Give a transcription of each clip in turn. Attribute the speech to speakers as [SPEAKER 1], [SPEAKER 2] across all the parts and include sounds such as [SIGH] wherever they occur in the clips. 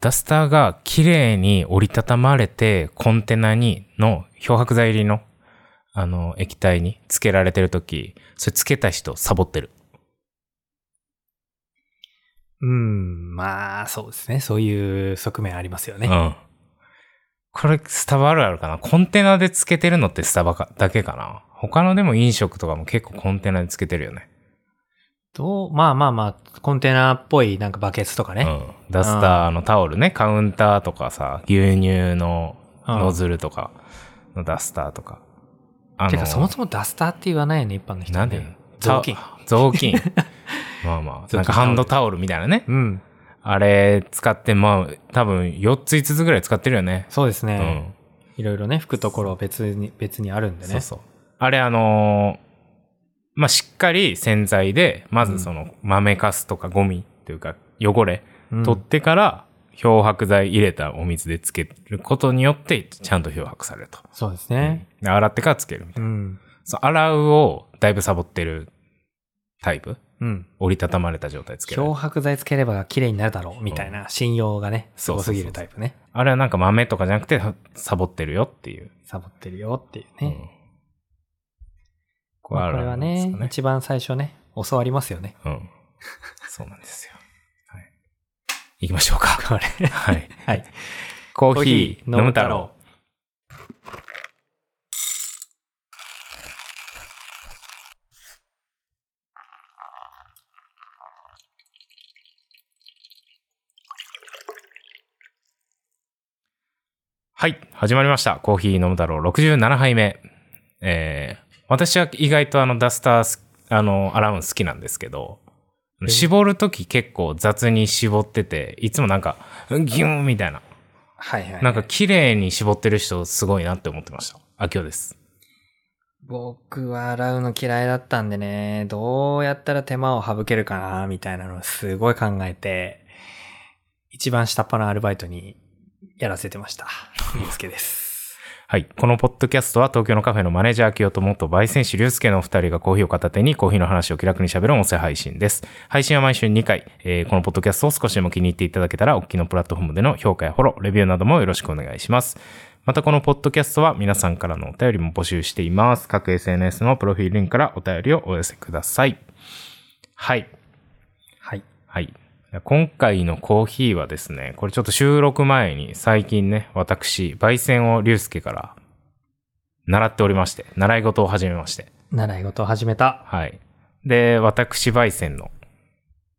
[SPEAKER 1] ダスターが綺麗に折りたたまれて、コンテナに、の漂白剤入りの、あの、液体につけられてるとき、それつけた人サボってる。
[SPEAKER 2] うん、まあ、そうですね。そういう側面ありますよね。
[SPEAKER 1] うん。これ、スタバあるあるかなコンテナでつけてるのってスタバかだけかな他のでも飲食とかも結構コンテナでつけてるよね。
[SPEAKER 2] と、まあまあまあ、コンテナっぽいなんかバケツとか
[SPEAKER 1] う
[SPEAKER 2] ね。
[SPEAKER 1] ん。ダスターのタオルね、カウンターとかさ、牛乳の
[SPEAKER 2] うん
[SPEAKER 1] ノズルとか、のダスターとか。あ
[SPEAKER 2] てか、そもそもダスターって言わないよね、一般の人、ね。
[SPEAKER 1] なんで
[SPEAKER 2] 雑巾。
[SPEAKER 1] [LAUGHS] 雑巾。まあ
[SPEAKER 2] [LAUGHS]
[SPEAKER 1] まあ、なんかハンドタオルみたいなね。
[SPEAKER 2] うん。
[SPEAKER 1] あれ使って、まあ、多分4つ5つぐらい使ってるよね。
[SPEAKER 2] そうです
[SPEAKER 1] う
[SPEAKER 2] ね。
[SPEAKER 1] ん。
[SPEAKER 2] いろいろね、拭くところ別に、別にあるんでね。
[SPEAKER 1] そうそう。あれあのーまあ、しっかり洗剤で、まずその豆かすとかゴミというか汚れ
[SPEAKER 2] うん
[SPEAKER 1] 取ってから漂白剤入れたお水でつけることによってちゃんと漂白されると。
[SPEAKER 2] そうですね。
[SPEAKER 1] で洗ってからつけるみたいな。
[SPEAKER 2] うん。
[SPEAKER 1] そう洗うをだいぶサボってるタイプ
[SPEAKER 2] うん。
[SPEAKER 1] 折りたたまれた状態つける
[SPEAKER 2] 漂。白剤つければ綺麗になるだろう、みたいな信用がね、す
[SPEAKER 1] そう
[SPEAKER 2] ご
[SPEAKER 1] そうそうそ
[SPEAKER 2] す
[SPEAKER 1] う
[SPEAKER 2] ぎるタイプね。
[SPEAKER 1] あれはなんか豆とかじゃなくてサボってるよっていう。
[SPEAKER 2] サボってるよっていう
[SPEAKER 1] う
[SPEAKER 2] ね。
[SPEAKER 1] ん
[SPEAKER 2] まあこれは
[SPEAKER 1] あるある
[SPEAKER 2] ね
[SPEAKER 1] なんです
[SPEAKER 2] 一番最初ね、教わりますよね。
[SPEAKER 1] かねうん。そうなんですよ。はい。行きましょう [LAUGHS] か。
[SPEAKER 2] これ。
[SPEAKER 1] はい。
[SPEAKER 2] はい。
[SPEAKER 1] コ
[SPEAKER 2] コ
[SPEAKER 1] ーヒー飲む太郎。。はい。始まりました。コーヒー飲む太郎67杯目。えー、私は意外とあのダスターす、あの、洗うの好きなんですけど、
[SPEAKER 2] え
[SPEAKER 1] 絞るとき結構雑に絞ってて、いつもなんか、ギューンみたいな。
[SPEAKER 2] はいはい。
[SPEAKER 1] なんか綺麗に絞ってる人すごいなって思ってました。あ、今日です。
[SPEAKER 2] 僕は洗うの嫌いだったんでね、どうやったら手間を省けるかな、みたいなのをすごい考えて、一番下っ端のアルバイトにやらせてました。ゆうすけです。
[SPEAKER 1] はい。このポッドキャストは東京のカフェのマネージャー清と元焙煎師龍介のお二人がコーヒーを片手にコーヒーの話を気楽に喋る音声配信です。配信は毎週2回、えーこのポッドキャストを少しでも気に入っていただけたら、おっきのプラットフォームでの評価やフォロー、レビューなどもよろしくお願いします。またこのポッドキャストは皆さんからのお便りも募集しています。各 SNS のプロフィールリンクからお便りをお寄せください。はい。
[SPEAKER 2] はい。
[SPEAKER 1] はい。今回のコーヒーはですね、これちょっと収録前に最近ね、私、焙煎を龍介から習っておりまして、習い事を始めまして。
[SPEAKER 2] 習い事を始めた。
[SPEAKER 1] はい。で、私焙煎の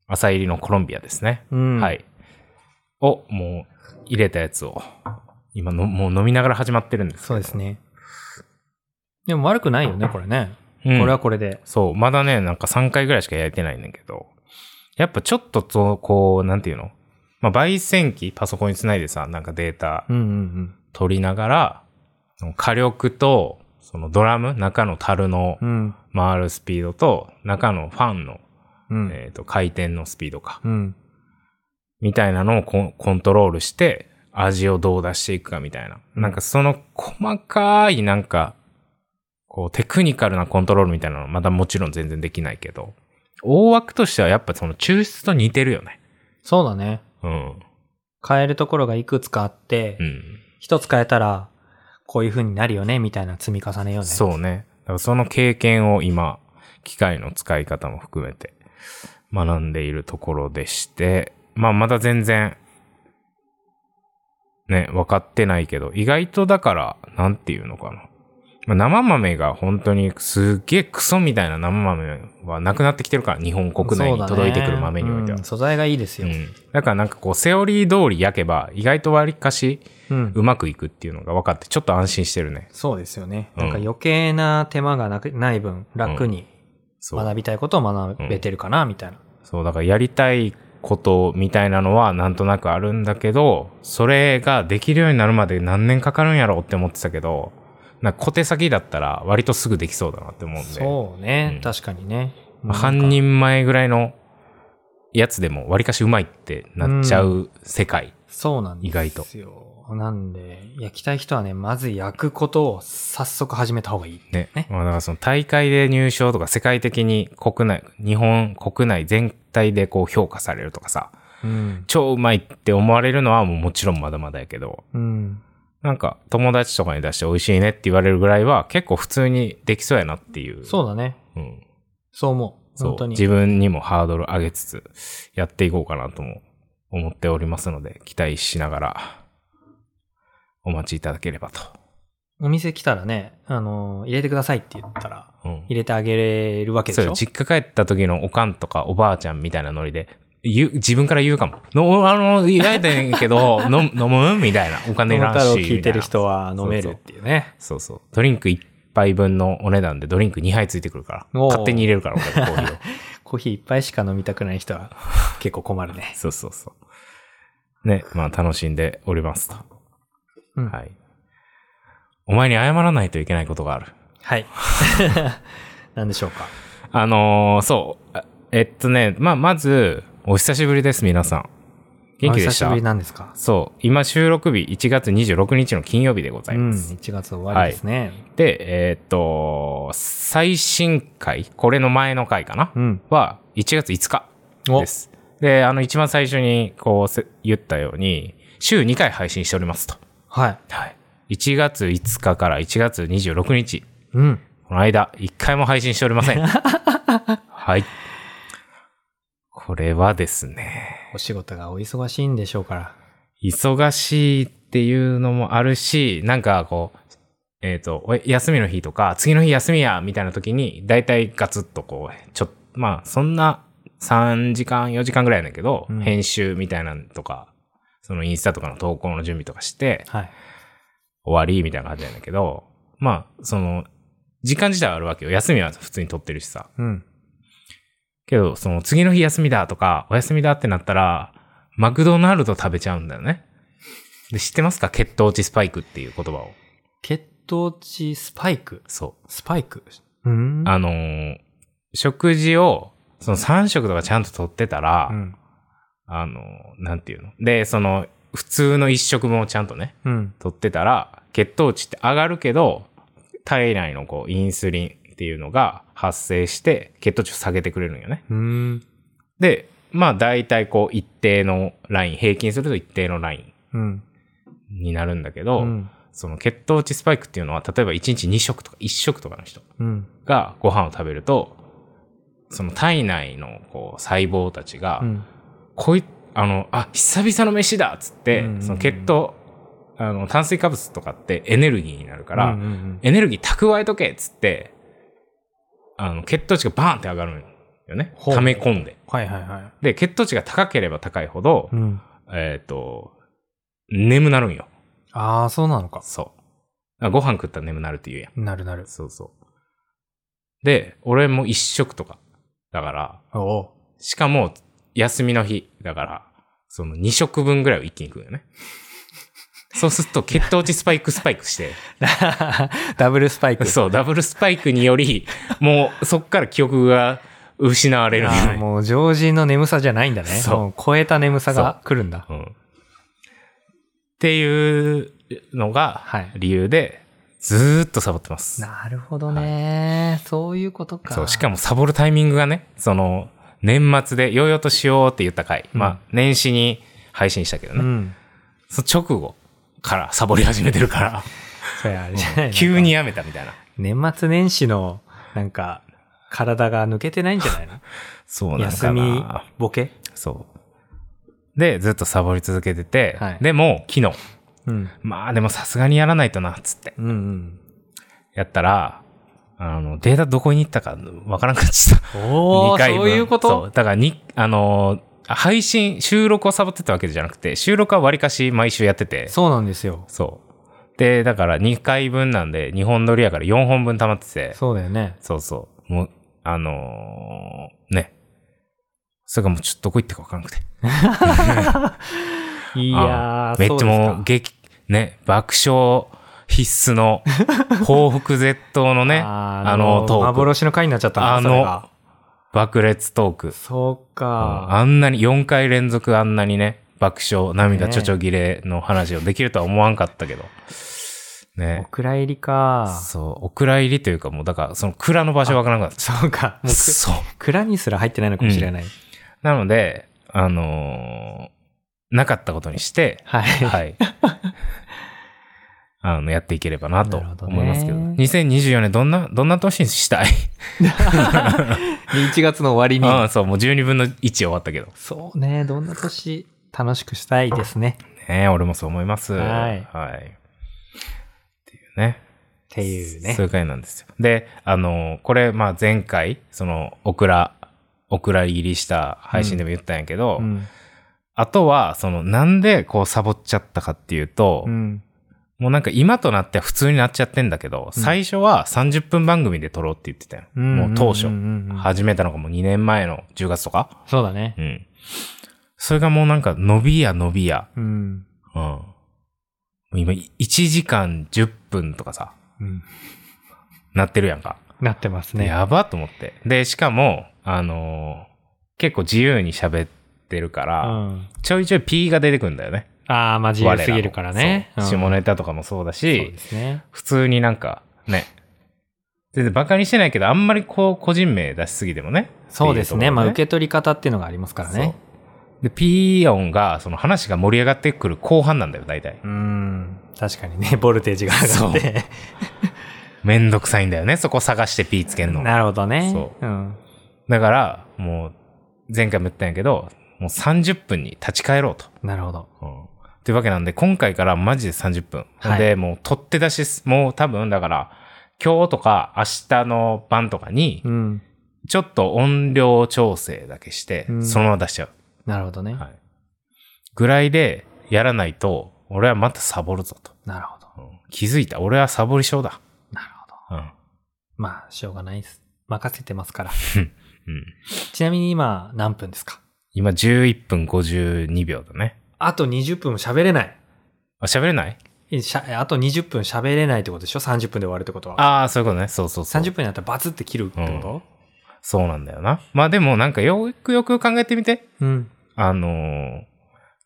[SPEAKER 1] 朝入りのコロンビアですね。
[SPEAKER 2] うん。
[SPEAKER 1] は。い。を、もう入れたやつを、今の、もう飲みながら始まってるんですけど。
[SPEAKER 2] そうですね。でも悪くないよね、これね。
[SPEAKER 1] うん
[SPEAKER 2] これはこれで。
[SPEAKER 1] そう、まだね、なんか3回ぐらいしか焼いてないんだけど、やっぱちょっとと、こう、なんていうのまあ、焙煎機、パソコンにつないでさ、なんかデータ
[SPEAKER 2] うんうんうん。
[SPEAKER 1] 取りながら、火力と、そのドラム、中の樽の
[SPEAKER 2] うん。
[SPEAKER 1] 回るスピードと、中のファンの、
[SPEAKER 2] うん。
[SPEAKER 1] えーと、回転のスピードか、
[SPEAKER 2] うん。
[SPEAKER 1] みたいなのをコンコントロールして、味をどう出していくかみたいな。なんかその細かい、なんか、こう、テクニカルなコントロールみたいなのはまだもちろん全然できないけど、大枠としてはやっぱその抽出と似てるよね。
[SPEAKER 2] そうだね。
[SPEAKER 1] うん。
[SPEAKER 2] 変えるところがいくつかあって
[SPEAKER 1] う、ん。
[SPEAKER 2] 一、つ変えたら、こういう風になるよね、みたいな積み重ねよね。
[SPEAKER 1] そうね。だからその経験を今、機械の使い方も含めて学んでいるところでして、まあまだ全然、ね、分かってないけど、意外とだから、なんていうのかな。まあ生豆が本当にすっげえクソみたいな生豆はなくなってきてるから、日本国内
[SPEAKER 2] そう
[SPEAKER 1] に
[SPEAKER 2] だね
[SPEAKER 1] 届いてくる豆においては
[SPEAKER 2] うん。素材がいいですよ。
[SPEAKER 1] うんだからなんかこう、セオリー通り焼けば、意外と割りかし
[SPEAKER 2] うん
[SPEAKER 1] うまくいくっていうのが分かって、ちょっと安心してるね。
[SPEAKER 2] そうですよね。
[SPEAKER 1] うん
[SPEAKER 2] なんか余計な手間がなくない分、楽に
[SPEAKER 1] そう。
[SPEAKER 2] 学びたいことを学べてるかな、みたいな。
[SPEAKER 1] そう、だからやりたいことみたいなのはなんとなくあるんだけど、それができるようになるまで何年かかるんやろうって思ってたけど、なんか小手先だったら割とすぐできそうだなって思うんで、
[SPEAKER 2] そうね、
[SPEAKER 1] うん
[SPEAKER 2] 確かにね。
[SPEAKER 1] まあ半人前ぐらいのやつでも割かしうまいってなっちゃう世界。
[SPEAKER 2] そうなんですよ。
[SPEAKER 1] 意外と
[SPEAKER 2] なんで、焼きたい人はね、まず焼くことを早速始めた方がいい。
[SPEAKER 1] ね。
[SPEAKER 2] ね
[SPEAKER 1] まあだからその大会で入賞とか世界的に国内、日本国内全体でこう評価されるとかさ、
[SPEAKER 2] うん。
[SPEAKER 1] 超うまいって思われるのはもうもちろんまだまだやけど、
[SPEAKER 2] うん。
[SPEAKER 1] なんか友達とかに出して美味しいねって言われるぐらいは結構普通にできそうやなっていう。
[SPEAKER 2] そうだね。
[SPEAKER 1] う。うん。
[SPEAKER 2] そう思う。
[SPEAKER 1] そ
[SPEAKER 2] 本当
[SPEAKER 1] う。
[SPEAKER 2] に。
[SPEAKER 1] 自分にもハードル上げつつやっていこうかなとも思っておりますので、期待しながらお待ちいただければと。
[SPEAKER 2] お店来たらね、あの、入れてくださいって言ったら、
[SPEAKER 1] うん。
[SPEAKER 2] 入れてあげれるわけで
[SPEAKER 1] そ
[SPEAKER 2] し
[SPEAKER 1] う
[SPEAKER 2] ょ
[SPEAKER 1] よ実家帰った時のおかんとかおばあちゃんみたいなノリで、言う、自分から言うかも。の、あの、言われてんやけど、 [LAUGHS] 飲む飲むみたいな。お金いらんし。
[SPEAKER 2] 桃太郎
[SPEAKER 1] みた
[SPEAKER 2] 聞いてる
[SPEAKER 1] な
[SPEAKER 2] 人は飲めるっていうね。
[SPEAKER 1] そうそう。ドリンク1杯分のお値段でドリンク2杯ついてくるから。
[SPEAKER 2] おー
[SPEAKER 1] 勝手に入れるから、俺がコ
[SPEAKER 2] [LAUGHS]
[SPEAKER 1] ーヒーを。
[SPEAKER 2] コーヒーいっぱいしか飲みたくない人 [LAUGHS] は結構困るね。
[SPEAKER 1] そうそうそう。ね、まあ楽しんでおりますと。
[SPEAKER 2] うん
[SPEAKER 1] はい。お前に謝らないといけないことがある。
[SPEAKER 2] はい。 [LAUGHS] 何でしょうか。
[SPEAKER 1] あのーそう。あえっとね、まあまず、お久しぶりです、皆さん。元気で
[SPEAKER 2] お久
[SPEAKER 1] し
[SPEAKER 2] したぶりなんですか
[SPEAKER 1] そう。今収録日1月26日の金曜日でござい
[SPEAKER 2] うん。
[SPEAKER 1] ます。
[SPEAKER 2] 1月終わりですね。
[SPEAKER 1] で、えーっと、最新回、これの前の回かな、
[SPEAKER 2] うん。
[SPEAKER 1] は1月5日
[SPEAKER 2] お
[SPEAKER 1] です。で、あの、一番最初にこうせ言ったように、週2回配信しておりますと。
[SPEAKER 2] はい。
[SPEAKER 1] はい。1月5日から1月26日、
[SPEAKER 2] うん。
[SPEAKER 1] この間、1回も配信しておりません。 [LAUGHS] はい。これはですね、
[SPEAKER 2] お仕事がお忙しいんでしょうから。
[SPEAKER 1] 忙しいっていうのもあるし、なんかこう、えっ、と、お休みの日とか、次の日休みや、みたいな時に、だいたいガツッとこう、ちょっと、まあ、そんな3時間、4時間ぐらいだけど、
[SPEAKER 2] うん
[SPEAKER 1] 編集みたいなんとか、そのインスタとかの投稿の準備とかして、
[SPEAKER 2] はい。
[SPEAKER 1] 終わり、みたいな感じなんだけど、まあ、その、時間自体はあるわけよ。休みは普通に取ってるしさ。
[SPEAKER 2] うん。
[SPEAKER 1] けど、その次の日休みだとか、お休みだってなったら、マクドナルド食べちゃうんだよね。で、知ってますか血糖値スパイクっていう言葉を。
[SPEAKER 2] 血糖値スパイク。
[SPEAKER 1] そ
[SPEAKER 2] スパイク。うん
[SPEAKER 1] う。あのー食事を、その3食とかちゃんと取ってたら、
[SPEAKER 2] うん。
[SPEAKER 1] あのーなんていうので、その、普通の1食もちゃんとね、
[SPEAKER 2] うん。
[SPEAKER 1] 取ってたら、血糖値って上がるけど、体内のこう、インスリンっていうのが発生して、血糖値を下げてくれるんよね。
[SPEAKER 2] うん。
[SPEAKER 1] で、まあ大体こう一定のライン、平均すると一定のライ
[SPEAKER 2] うん。
[SPEAKER 1] ンになるんだけど、
[SPEAKER 2] うん。
[SPEAKER 1] その血糖値スパイクっていうのは、例えば1日2食とか1食とかの人
[SPEAKER 2] うん。
[SPEAKER 1] がご飯を食べると、その体内のこう細胞たちが、
[SPEAKER 2] うん。
[SPEAKER 1] こい、あの、あ、久々の飯だっつって、
[SPEAKER 2] うん
[SPEAKER 1] その血糖、あの、炭水化物とかってエネルギーになるから、
[SPEAKER 2] うんうん
[SPEAKER 1] エネルギー蓄えとけっつって、あの、血糖値がバーンって上がるんよね。
[SPEAKER 2] ほう
[SPEAKER 1] 溜め込んで。
[SPEAKER 2] はいはいは
[SPEAKER 1] で、血糖値が高ければ高いほど、
[SPEAKER 2] い。うん。
[SPEAKER 1] えっ、と、眠なるんよ。
[SPEAKER 2] ああ、そうなのか。
[SPEAKER 1] そう。ご飯食ったら眠なるって言うやん。
[SPEAKER 2] なるなる。
[SPEAKER 1] そうそう。で、俺も一食とか。だから、
[SPEAKER 2] おお
[SPEAKER 1] しかも、休みの日。だから、その二食分ぐらいを一気に食うよ [LAUGHS] ね。そうすると、血糖値スパイクスパイクして、
[SPEAKER 2] う。 [LAUGHS] ダブルスパイク。
[SPEAKER 1] [LAUGHS] そう、ダブルスパイクにより、もう、そっから記憶が失われるよ
[SPEAKER 2] あー
[SPEAKER 1] ね。
[SPEAKER 2] もう常人の眠さじゃないんだね。
[SPEAKER 1] そう
[SPEAKER 2] もう超えた眠さが来るんだ。
[SPEAKER 1] うんっていうのが
[SPEAKER 2] はい
[SPEAKER 1] 理由で、ずーっとサボってます。
[SPEAKER 2] なるほどね、そういうことか。
[SPEAKER 1] そう、しかもサボるタイミングがね、その、年末でヨーヨーとしようって言った回、
[SPEAKER 2] うん
[SPEAKER 1] まあ、年始に配信したけどね、
[SPEAKER 2] うん。
[SPEAKER 1] その直後からサボり始めてる
[SPEAKER 2] [LAUGHS]
[SPEAKER 1] か
[SPEAKER 2] それあれじゃない
[SPEAKER 1] ら、急。にやめたみたいな。
[SPEAKER 2] 年末年始の、なんか、体が抜けてないんじゃないの
[SPEAKER 1] [LAUGHS] そうなん
[SPEAKER 2] 休
[SPEAKER 1] か
[SPEAKER 2] み
[SPEAKER 1] な。、
[SPEAKER 2] ボケ
[SPEAKER 1] そう。で、ずっとサボり続けてて、
[SPEAKER 2] はい
[SPEAKER 1] でも、昨日、
[SPEAKER 2] うん。
[SPEAKER 1] まあでもさすがにやらないとな、つって。
[SPEAKER 2] うんうん。
[SPEAKER 1] やったら、あの、データどこに行ったかわからんかっちゃった。
[SPEAKER 2] お
[SPEAKER 1] 二
[SPEAKER 2] [LAUGHS] お
[SPEAKER 1] 回分
[SPEAKER 2] そういう
[SPEAKER 1] そ
[SPEAKER 2] こ
[SPEAKER 1] う
[SPEAKER 2] と
[SPEAKER 1] だからに、あのー配信、収録をサボってたわけじゃなくて、収録はわりかし毎週やってて、
[SPEAKER 2] そうなんですよ。
[SPEAKER 1] そう。で、だから2回分なんで、2本撮りやから4本分溜まってて、
[SPEAKER 2] そうだよね。
[SPEAKER 1] そうそう。もう、あのーね。それがもうちょっとどこ行ってかわからなくて。
[SPEAKER 2] い
[SPEAKER 1] い
[SPEAKER 2] やー、
[SPEAKER 1] めっ
[SPEAKER 2] そう
[SPEAKER 1] ちゃ
[SPEAKER 2] です
[SPEAKER 1] もう、
[SPEAKER 2] か
[SPEAKER 1] 激、ね、爆笑必須
[SPEAKER 2] [LAUGHS]
[SPEAKER 1] の、報復絶倒のね、
[SPEAKER 2] あ
[SPEAKER 1] あのトーク。
[SPEAKER 2] 幻の回になっちゃったの
[SPEAKER 1] あの
[SPEAKER 2] それが
[SPEAKER 1] 爆裂トーク。
[SPEAKER 2] そう
[SPEAKER 1] うん
[SPEAKER 2] か。
[SPEAKER 1] あんなに、4回連続あんなにね、爆笑、涙ちょちょぎれの話をできるとは思わんかったけど。
[SPEAKER 2] お
[SPEAKER 1] ね。
[SPEAKER 2] 蔵入りか。
[SPEAKER 1] そう、お蔵入りというかもう、だから、その蔵の場所わからなかっ
[SPEAKER 2] そうか。
[SPEAKER 1] た。
[SPEAKER 2] もうく、
[SPEAKER 1] そう。
[SPEAKER 2] 蔵にすら入ってないのかもしれない。
[SPEAKER 1] なので、あのーなかったことにして、
[SPEAKER 2] はい。 [LAUGHS]
[SPEAKER 1] はい。あの、やっていければなと
[SPEAKER 2] なるほどね
[SPEAKER 1] 思いますけど。2024年どんな、どんな年にしたい
[SPEAKER 2] 1月の終わり
[SPEAKER 1] [LAUGHS]
[SPEAKER 2] に。
[SPEAKER 1] ああ、そう、もう12分の1終わったけど。
[SPEAKER 2] そうね、どんな年楽しくしたいですね。っ
[SPEAKER 1] ねえ俺もそう思います。
[SPEAKER 2] はい
[SPEAKER 1] はい。っていうね。
[SPEAKER 2] ていうね
[SPEAKER 1] そう。いう回なんですよ。で、あの、これ、まあ前回、その、オクラ、オクラ入りした配信でも言ったんやけど、
[SPEAKER 2] うん。
[SPEAKER 1] あとは、その、なんでこうサボっちゃったかっていうと、
[SPEAKER 2] うん。
[SPEAKER 1] もうなんか今となっては普通になっちゃってんだけど、
[SPEAKER 2] うん
[SPEAKER 1] 最初は30分番組で撮ろうって言ってたよ。
[SPEAKER 2] うん
[SPEAKER 1] もう当初
[SPEAKER 2] んんうん
[SPEAKER 1] 始めたのがもう2年前の10月とか。
[SPEAKER 2] そうだね。
[SPEAKER 1] うん。それがもうなんか伸びや伸びや。
[SPEAKER 2] うん。
[SPEAKER 1] うん。もう今1時間10分とかさ、
[SPEAKER 2] うん。
[SPEAKER 1] なってるやんか。
[SPEAKER 2] なってますね。
[SPEAKER 1] やばと思って。で、しかも、あのー結構自由に喋ってるか
[SPEAKER 2] う
[SPEAKER 1] ら、
[SPEAKER 2] ん。
[SPEAKER 1] ちょいちょい P が出てくんだよね。
[SPEAKER 2] ああ、まあ自由すぎるからね。
[SPEAKER 1] 我らも
[SPEAKER 2] う
[SPEAKER 1] そうん下ネタとかもそうだし、
[SPEAKER 2] そうですね。
[SPEAKER 1] 普通になんか、ね。全然バカにしてないけど、あんまりこう、個人名出しすぎてもね。
[SPEAKER 2] そうですね。まあ受
[SPEAKER 1] け
[SPEAKER 2] け取り方っていうのがありますからね。
[SPEAKER 1] で、P 音が、その話が盛り上がってくる後半なんだよ、大体。
[SPEAKER 2] うん。確かにね、 [LAUGHS] ボルテージが上がって。
[SPEAKER 1] めんどくさいんだよね、そこ探して P つけるの。
[SPEAKER 2] [LAUGHS] なるほどね。
[SPEAKER 1] そ
[SPEAKER 2] うん。
[SPEAKER 1] だから、もう、前回も言ったんやけど、もう30分に立ち返ろうと。
[SPEAKER 2] なるほど。
[SPEAKER 1] うんというわけなんで、今回からマジで30分。
[SPEAKER 2] はい
[SPEAKER 1] で、もう取って出しです、もう多分、だから、今日とか明日の晩とかに
[SPEAKER 2] う、ん。
[SPEAKER 1] ちょっと音量調整だけして
[SPEAKER 2] う、ん
[SPEAKER 1] そのまま出しちゃう。
[SPEAKER 2] なるほどね。
[SPEAKER 1] はい。ぐらいでやらないと、俺はまたサボるぞと。
[SPEAKER 2] なるほど。
[SPEAKER 1] うん気づいた。俺はサボり症だ。
[SPEAKER 2] なるほど。
[SPEAKER 1] うん。
[SPEAKER 2] まあ、しょうがないです。任せてますから。
[SPEAKER 1] うん。
[SPEAKER 2] ちなみに今、何分ですか
[SPEAKER 1] 今11分52秒だね。
[SPEAKER 2] あと20分も喋れない。
[SPEAKER 1] あ、喋れない
[SPEAKER 2] えしゃあと20分喋れないってことでしょ ?30 分で終わるってことは。
[SPEAKER 1] ああ、そういうことね。そうそうそう。
[SPEAKER 2] 30分になったらバツって切るってこ
[SPEAKER 1] そうなんだよな。まあでもなんかよくよく考えてみて。
[SPEAKER 2] とうん。
[SPEAKER 1] あのー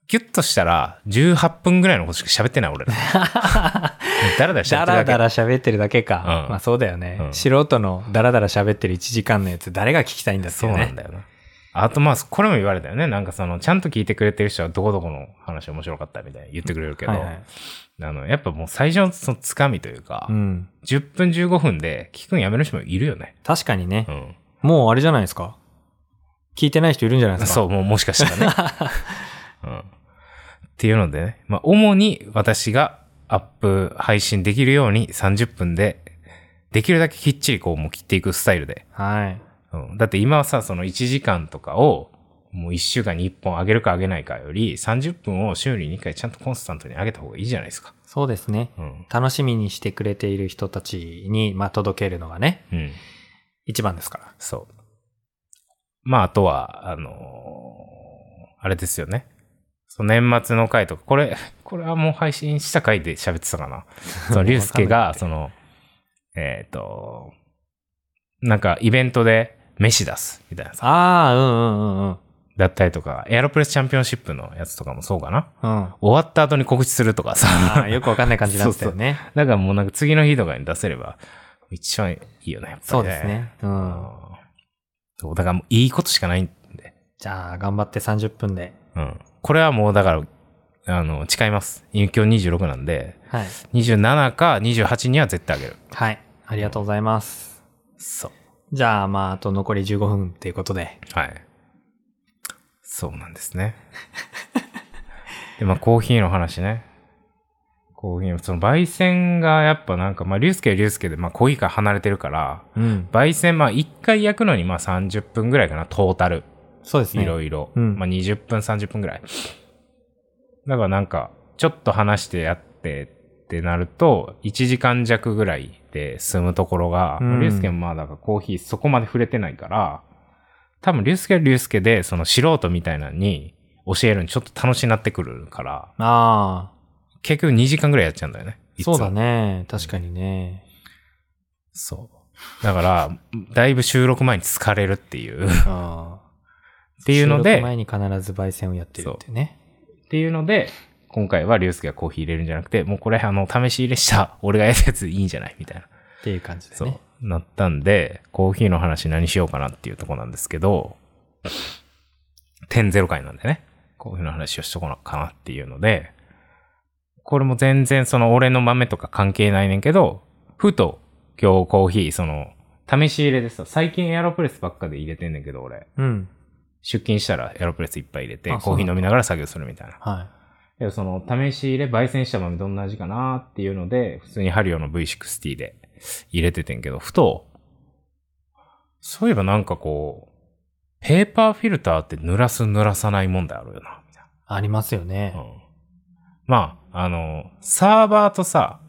[SPEAKER 1] ギュッとしたら18分ぐらいのことしか喋ってない俺
[SPEAKER 2] [LAUGHS]
[SPEAKER 1] ら。だらだら喋
[SPEAKER 2] ダ
[SPEAKER 1] ってる
[SPEAKER 2] ラ
[SPEAKER 1] だけ。
[SPEAKER 2] ダラ喋ってるだけか。
[SPEAKER 1] うん
[SPEAKER 2] まあそうだよね。
[SPEAKER 1] うん
[SPEAKER 2] 素人のダラダラ喋ってる1時間のやつ、誰が聞きたいんだって
[SPEAKER 1] そ
[SPEAKER 2] いうう
[SPEAKER 1] なん
[SPEAKER 2] ね。
[SPEAKER 1] だよな。あとまあ、これも言われたよね。なんかその、ちゃんと聞いてくれてる人はどこどこの話面白かったみたいに言ってくれるけど、
[SPEAKER 2] はいはい
[SPEAKER 1] あの、やっぱもう最初のそのつかみというか、
[SPEAKER 2] うん。
[SPEAKER 1] 10分15分で聞くんやめる人もいるよね。
[SPEAKER 2] 確かにね
[SPEAKER 1] う。ん。
[SPEAKER 2] もうあれじゃないですか。聞いてない人いるんじゃないですか。
[SPEAKER 1] そう、もうもしかしたら
[SPEAKER 2] [LAUGHS]
[SPEAKER 1] ね。うん。っていうのでね、まあ、主に私がアップ配信できるように30分で、できるだけきっちりこう、もう切っていくスタイルで
[SPEAKER 2] はい。
[SPEAKER 1] うん、だって今はさ、その1時間とかを、もう1週間に1本上げるか上げないかより、30分を週に2回ちゃんとコンスタントに上げた方がいいじゃないですか。
[SPEAKER 2] そうですね。
[SPEAKER 1] うん。
[SPEAKER 2] 楽しみにしてくれている人たちに、まあ届けるのがね、
[SPEAKER 1] うん。
[SPEAKER 2] 一番ですから。
[SPEAKER 1] そう。まあ、あとは、あのーあれですよね。その年末の回とか、これ、これはもう配信した回で喋ってた [LAUGHS] かな。その、竜介が、その、えっ、と、なんかイベントで飯出す、みたいなさ。
[SPEAKER 2] ああ、うんうんうんうん。
[SPEAKER 1] だったりとか、エアロプレスチャンピオンシップのやつとかもそうかな。
[SPEAKER 2] うん。
[SPEAKER 1] 終わった後に告知するとかさ。
[SPEAKER 2] あ [LAUGHS] あ、よくわかんない感じになってたよね。
[SPEAKER 1] だから [LAUGHS] もうなんか次の日とかに出せれば、一番いいよね、やっぱり、ね。
[SPEAKER 2] そうです。ね。う。
[SPEAKER 1] うんん。そう、だからもういいことしかないんで。
[SPEAKER 2] じゃあ、頑張って30分で。
[SPEAKER 1] うん。これはもうだから、あの、誓います。今日26なんで、
[SPEAKER 2] はい。
[SPEAKER 1] 27か28には絶対あげる。
[SPEAKER 2] はい。ありがとうございます。
[SPEAKER 1] そう。
[SPEAKER 2] じゃあ、まあ、あと残り15分っていうことで。
[SPEAKER 1] はい。そうなんですね。 [LAUGHS] で、まあ、コーヒーの話ね。コーヒー、その、焙煎がやっぱなんか、まあ、竜介は竜介で、まあ、コーヒーから離れてるから、
[SPEAKER 2] うん。
[SPEAKER 1] 焙煎、まあ、1回焼くのに、まあ、30分ぐらいかな、トータル。
[SPEAKER 2] そうですね。
[SPEAKER 1] いろいろ。
[SPEAKER 2] うん
[SPEAKER 1] まあ、20分、30分ぐらい。だからなんか、ちょっと話してやってってなると、1時間弱ぐらいで済むところが、
[SPEAKER 2] うん
[SPEAKER 1] 竜介もまあ、だからコーヒーそこまで触れてないから、多分竜介は竜介で、その素人みたいなのに教えるのちょっと楽しになってくるから、
[SPEAKER 2] あ
[SPEAKER 1] 結局2時間ぐらいやっちゃうんだよね。
[SPEAKER 2] あ、
[SPEAKER 1] いつも
[SPEAKER 2] そうだ。ね。確かにね。
[SPEAKER 1] そう。だから、だいぶ収録前に疲れるっていう。
[SPEAKER 2] ああ。って
[SPEAKER 1] いうので
[SPEAKER 2] 前に必ず焙煎をやってるっていうね。
[SPEAKER 1] っていうので、今回は竜介がコーヒー入れるんじゃなくて、もうこれ、あの、試し入れした、俺がやったやついいんじゃないみたいな。
[SPEAKER 2] っていう感じで
[SPEAKER 1] そう、
[SPEAKER 2] ね。
[SPEAKER 1] なったんで、コーヒーの話何しようかなっていうとこなんですけど、点0回なんでね、こういうふうな話をしとこなかなっていうので、これも全然その俺の豆とか関係ないねんけど、ふと今日コーヒー、その、試し入れでさ、最近エアロプレスばっかで入れてんねんけど、俺。
[SPEAKER 2] うん。
[SPEAKER 1] 出勤したらエアロプレスいっぱい入れて、
[SPEAKER 2] あ
[SPEAKER 1] コーヒー飲みながら作業するみたいな。
[SPEAKER 2] は
[SPEAKER 1] でその、試し入れ、焙煎した豆どんな味かなっていうので、普通にハリオの V60 で入れててんけど、ふと、そういえばなんかこう、ペーパーフィルターって濡らす濡らさない問題あるよな、みたい
[SPEAKER 2] い。ありますよね
[SPEAKER 1] な。。うんまあ、あの、サーバーとさ、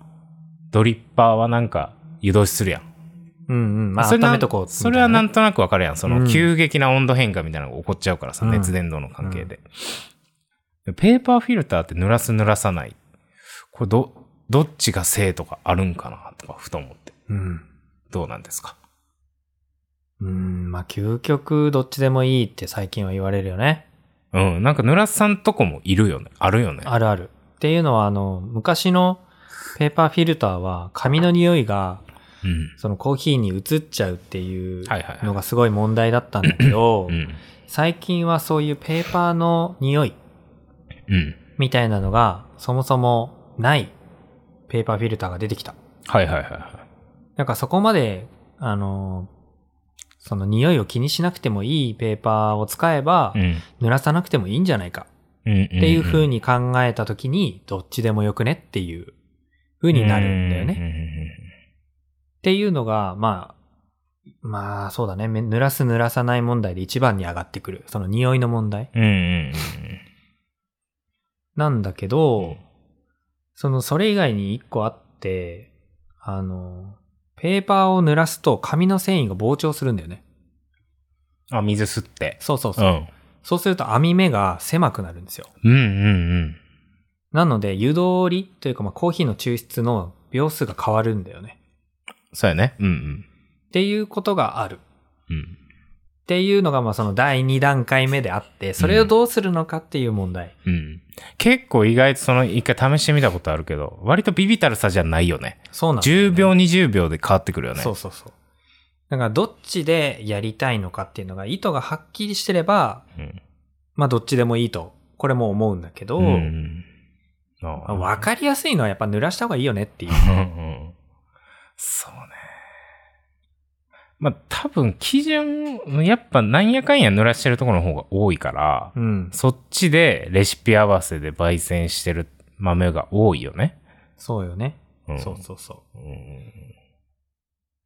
[SPEAKER 1] ドリッパーはなんか湯通しするやん。
[SPEAKER 2] うんうん。まあ、
[SPEAKER 1] それな
[SPEAKER 2] 温めとこうみたい
[SPEAKER 1] それはなんとなくわかるやん。そうの
[SPEAKER 2] ん
[SPEAKER 1] 急激な温度変化みたいなのが起こっちゃうからさ、
[SPEAKER 2] うん
[SPEAKER 1] 熱伝導の関係で。ペーパーフィルターって濡らす濡らさない。これど、どっちが正とかあるんかなとか、ふと思って。
[SPEAKER 2] うん。
[SPEAKER 1] どうなんですか
[SPEAKER 2] うん。まあ、究極どっちでもいいって最近は言われるよね。
[SPEAKER 1] うん。なんか濡らさんとこもいるよね。あるよね。
[SPEAKER 2] あるある。っていうのは、あの、昔のペーパーフィルターは紙の匂いが
[SPEAKER 1] うん。
[SPEAKER 2] そのコーヒーに移っちゃうっていう
[SPEAKER 1] はいはいはい
[SPEAKER 2] のがすごい問題だったんだけど、
[SPEAKER 1] うん。
[SPEAKER 2] 最近はそういうペーパーの匂い
[SPEAKER 1] うん。
[SPEAKER 2] みたいなのがそもそもないペーパーフィルターが出てきた。
[SPEAKER 1] はいはいはいは
[SPEAKER 2] なんかそこまで、あの、その匂いを気にしなくてもいいペーパーを使えば
[SPEAKER 1] い。う、ん。
[SPEAKER 2] 濡らさなくてもいいんじゃないか
[SPEAKER 1] うん。っ
[SPEAKER 2] っていう風
[SPEAKER 1] に
[SPEAKER 2] に考えた時に、どっちでもよくねっていう風になるんだよね。っていうのが、まあ、まあ、そうだね。め濡らす濡らさない問題で一番に上がってくる。その匂いの問題。
[SPEAKER 1] うん。うんうん
[SPEAKER 2] なんだけ
[SPEAKER 1] うん。
[SPEAKER 2] ど、その、それ以外に一個あって、あの、ペーパーを濡らすと紙の繊維が膨張するんだよね。
[SPEAKER 1] あ、水吸って。
[SPEAKER 2] そうそう
[SPEAKER 1] う
[SPEAKER 2] そう。
[SPEAKER 1] ん。
[SPEAKER 2] そうすると網目が狭くなるんですよ。
[SPEAKER 1] うんうんうん。
[SPEAKER 2] なので、湯通りというか、まあ、コーヒーの抽出の秒数が変わるんだよね。
[SPEAKER 1] そうやね。うん
[SPEAKER 2] っていうことがある。
[SPEAKER 1] うん。うん。
[SPEAKER 2] っていうのが、まあ、その第2段階目であって、それをどうするのかっていう問題。
[SPEAKER 1] うん。結構意外とその一回試してみたことあるけど、割とビビたるさじゃないよね。
[SPEAKER 2] そうなんだよね
[SPEAKER 1] 10秒、20秒で変わってくるよね。
[SPEAKER 2] そうそうそう。だからどっちでやりたいのかっていうのが意図がはっきりしてれば、
[SPEAKER 1] うん。
[SPEAKER 2] まあどっちでもいいと、これも思うんだけど、
[SPEAKER 1] うん。
[SPEAKER 2] まあ
[SPEAKER 1] あ
[SPEAKER 2] わ、かりやすいのはやっぱ濡らした方がいいよねっていう。
[SPEAKER 1] うんうんそうね。まあ多分基準、やっぱなんやかんや濡らしてるところの方が多いから、
[SPEAKER 2] うん。
[SPEAKER 1] そっちでレシピ合わせで焙煎してる豆が多いよね。
[SPEAKER 2] そうよね。
[SPEAKER 1] うん
[SPEAKER 2] そうそうそう。
[SPEAKER 1] うん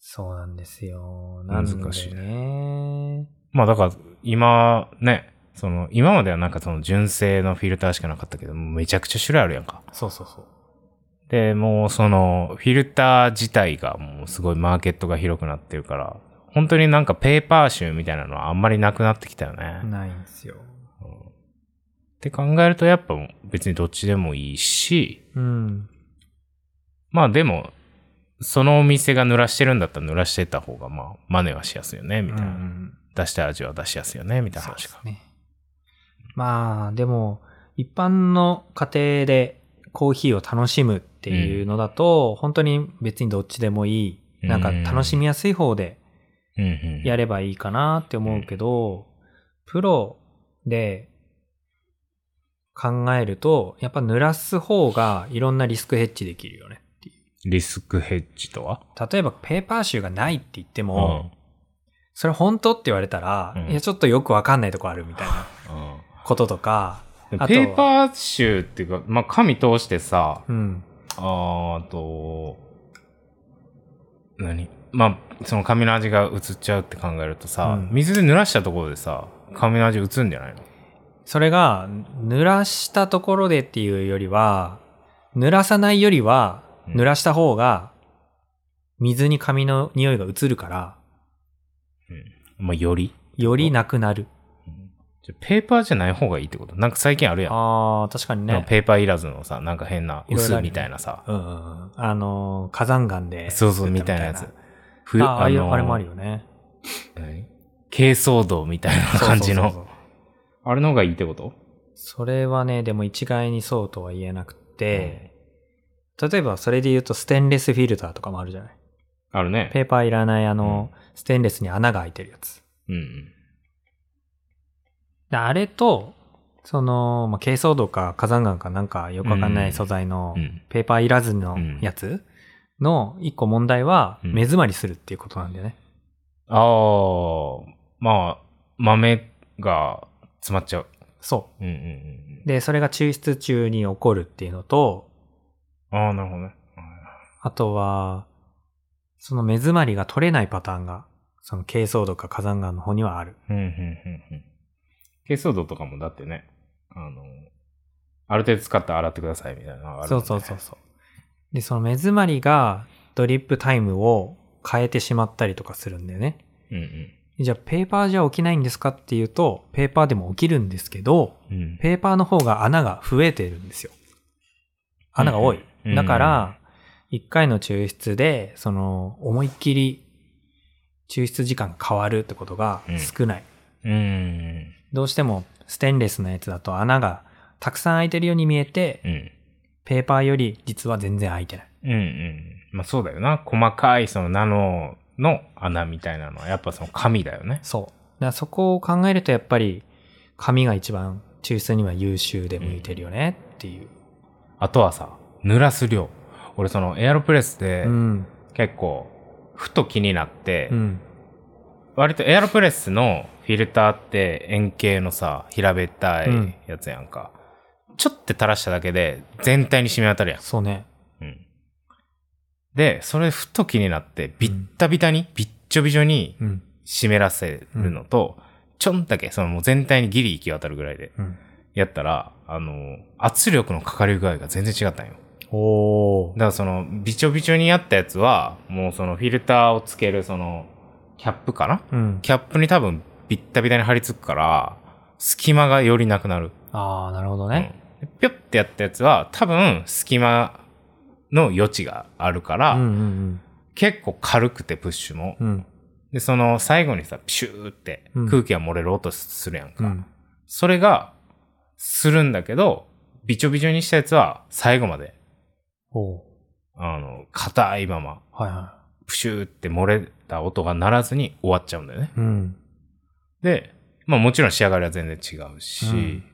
[SPEAKER 2] そうなんですよ。
[SPEAKER 1] 難しいね
[SPEAKER 2] なんでね。
[SPEAKER 1] まあだから今ね、その今まではなんかその純正のフィルターしかなかったけど、もうめちゃくちゃ種類あるやんか。
[SPEAKER 2] そうそうそう。
[SPEAKER 1] で、もうそのフィルター自体がもうすごいマーケットが広くなってるから、本当になんかペーパー集みたいなのはあんまりなくなってきたよね。っ
[SPEAKER 2] ないんですよ。
[SPEAKER 1] て考えるとやっぱ別にどっちでもいいし、
[SPEAKER 2] うん。
[SPEAKER 1] まあでも、そのお店が濡らしてるんだったら濡らしてた方がまあ真似はしやすいよね、みたいな。
[SPEAKER 2] うんうん
[SPEAKER 1] 出した味は出しやすいよね、みたいな
[SPEAKER 2] そうで
[SPEAKER 1] 話
[SPEAKER 2] す
[SPEAKER 1] が。
[SPEAKER 2] ね。まあ、でも、一般の家庭でコーヒーを楽しむっていうのだと、本当に別にどっちでもいい。なんか
[SPEAKER 1] うん
[SPEAKER 2] 楽しみやすい方で
[SPEAKER 1] うんうん。
[SPEAKER 2] やればいいかなって思うけど、プロで考えると、やっぱ濡らす方がいろんなリスクヘッジできるよねっていう。
[SPEAKER 1] リスクヘッジとは
[SPEAKER 2] 例えばペーパー臭がないって言っても、
[SPEAKER 1] ん。
[SPEAKER 2] それ本当って言われたら、
[SPEAKER 1] うん
[SPEAKER 2] いやちょっとよくわかんないとこあるみたいなこととか、
[SPEAKER 1] ペ
[SPEAKER 2] あと
[SPEAKER 1] ーパー集っていうか、まあ、紙通してさ、
[SPEAKER 2] うん。
[SPEAKER 1] あーと、何まあ、その紙の味が移っちゃうって考えるとさ、
[SPEAKER 2] うん
[SPEAKER 1] 水で濡らしたところでさ、紙の味移んじゃないの
[SPEAKER 2] それが、濡らしたところでっていうよりは、濡らさないよりは、
[SPEAKER 1] うん
[SPEAKER 2] 濡らした方が、水に髪の匂いが移るから、
[SPEAKER 1] まあ、より。
[SPEAKER 2] よりなくなる。
[SPEAKER 1] じゃペーパーじゃない方がいいってことなんか最近あるやん。
[SPEAKER 2] ああ、確かに
[SPEAKER 1] なん
[SPEAKER 2] ね
[SPEAKER 1] か。ペーパーいらずのさ、なんか変ない
[SPEAKER 2] ろいろあ
[SPEAKER 1] 薄
[SPEAKER 2] るね
[SPEAKER 1] みたいなさ、
[SPEAKER 2] うんうんうん。あのー、火山岩で。
[SPEAKER 1] そうそうみたいなやつ。
[SPEAKER 2] あああいう
[SPEAKER 1] のー
[SPEAKER 2] あれもあるよね。
[SPEAKER 1] 何軽装道みたいな感じ
[SPEAKER 2] そうそう
[SPEAKER 1] の。
[SPEAKER 2] そうそう
[SPEAKER 1] あれの方がいいってこと
[SPEAKER 2] それはね、でも一概にそうとは言えなくて、例えばそれで言うとステンレスフィルターとかもあるじゃない。
[SPEAKER 1] あるね。
[SPEAKER 2] ペーパーいらないあの、ステンレスに穴が開いてるやつ。
[SPEAKER 1] うんうん。
[SPEAKER 2] であれと、その、まあ、珪藻土か火山岩かなんかよくわかんない素材の
[SPEAKER 1] うん。
[SPEAKER 2] ペーパーいらずの
[SPEAKER 1] うん
[SPEAKER 2] やつの一個問題は、
[SPEAKER 1] うん
[SPEAKER 2] 目詰まりするっていうことなんだよね。
[SPEAKER 1] ああ、まあ、豆が詰まっちゃう。
[SPEAKER 2] そ
[SPEAKER 1] うんうんうん
[SPEAKER 2] う。で、それが抽出中に起こるっていうのと、
[SPEAKER 1] うん。ああ、なるほどね。
[SPEAKER 2] あとは、その目詰まりが取れないパターンが、その珪藻土か火山岩の方にはある。
[SPEAKER 1] うんうんうんうん。珪藻土とかもだってね、あの、ある程度使ったら洗ってくださいみたいなのがあるもん
[SPEAKER 2] そう
[SPEAKER 1] ね
[SPEAKER 2] そうそうそう。で、その目詰まりがドリップタイムを変えてしまったりとかするんだよね。
[SPEAKER 1] うん
[SPEAKER 2] じゃあペーパーじゃ起きないんですかっていうと、ペーパーでも起きるんですけど、
[SPEAKER 1] うん。うん。
[SPEAKER 2] ペーパーの方が穴が増えてるんですよ。穴が多い。
[SPEAKER 1] うん
[SPEAKER 2] だから、一回の抽出で、その、思いっきり抽出時間が変わるってことが少ない。
[SPEAKER 1] うん。
[SPEAKER 2] どうしてもステンレスのやつだと穴がたくさん開いてるように見えて、
[SPEAKER 1] うん。
[SPEAKER 2] ペーパーより実は全然開いてない。
[SPEAKER 1] うんうん。まあそうだよな。細かいそのナノの穴みたいなのはやっぱその紙だよね。
[SPEAKER 2] そう。だからそこを考えるとやっぱり紙が一番抽出には優秀で向いてるよねっていう。
[SPEAKER 1] あとはさ、濡らす量。俺そのエアロプレスで
[SPEAKER 2] うん。
[SPEAKER 1] 結構、ふと気になって、
[SPEAKER 2] うん。
[SPEAKER 1] 割とエアロプレスのフィルターって円形のさ、平べったい
[SPEAKER 2] うん
[SPEAKER 1] やつやんか。ちょっと垂らしただけで全体に染み渡るやん。
[SPEAKER 2] そうね。
[SPEAKER 1] うんで、それふと気になって、ビッタビタに、びっちょびちょに
[SPEAKER 2] うん。
[SPEAKER 1] 湿らせるのと、ちょんだけ、そのもう全体にギリ行き渡るぐらいで
[SPEAKER 2] うん。
[SPEAKER 1] やったら、あの、圧力のかかり具合が全然違ったんよ。
[SPEAKER 2] お
[SPEAKER 1] だからその、びちょびちょにやったやつは、もうそのフィルターをつけるその、キャップかな
[SPEAKER 2] うん。
[SPEAKER 1] キャップに多分ビッタビタに張り付くから、隙間がよりなくなる。
[SPEAKER 2] ああ、なるほどね。
[SPEAKER 1] うんでぴょってやったやつは、多分隙間の余地があるか
[SPEAKER 2] う
[SPEAKER 1] ら、
[SPEAKER 2] んうん
[SPEAKER 1] 結構軽くてプッシュも。
[SPEAKER 2] うん。うん。
[SPEAKER 1] で、その最後にさ、ピシューって
[SPEAKER 2] うん
[SPEAKER 1] 空気が漏れる音するやんか。
[SPEAKER 2] うん。
[SPEAKER 1] それが、するんだけど、びちょびちょにしたやつは最後まで、
[SPEAKER 2] おー
[SPEAKER 1] あの、硬いまま、
[SPEAKER 2] はいは
[SPEAKER 1] プシューって漏れた音が鳴らずに終わっちゃうんだよね。
[SPEAKER 2] い。うん。
[SPEAKER 1] で、まあもちろん仕上がりは全然違うし、
[SPEAKER 2] うん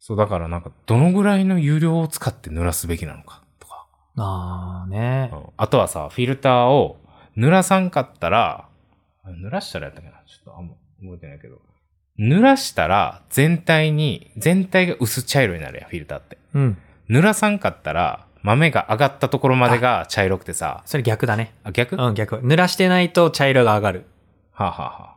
[SPEAKER 1] そうだからなんかどのぐらいの有料を使って濡らすべきなのかとか、
[SPEAKER 2] ああ、ね
[SPEAKER 1] う。んあとはさ、フィルターを濡らさんかったら、あ濡らしたらやったっけなちょっとあんま覚えてないけど、濡らしたら全体に、全体が薄茶色になるやん、フィルターって。
[SPEAKER 2] うん。
[SPEAKER 1] 濡らさんかったら豆が上がったところまでが茶色くてさ、
[SPEAKER 2] それ逆だね。
[SPEAKER 1] あ、逆、は
[SPEAKER 2] うん、逆。濡らしてないと茶色が上がる。
[SPEAKER 1] あ、はあはあ、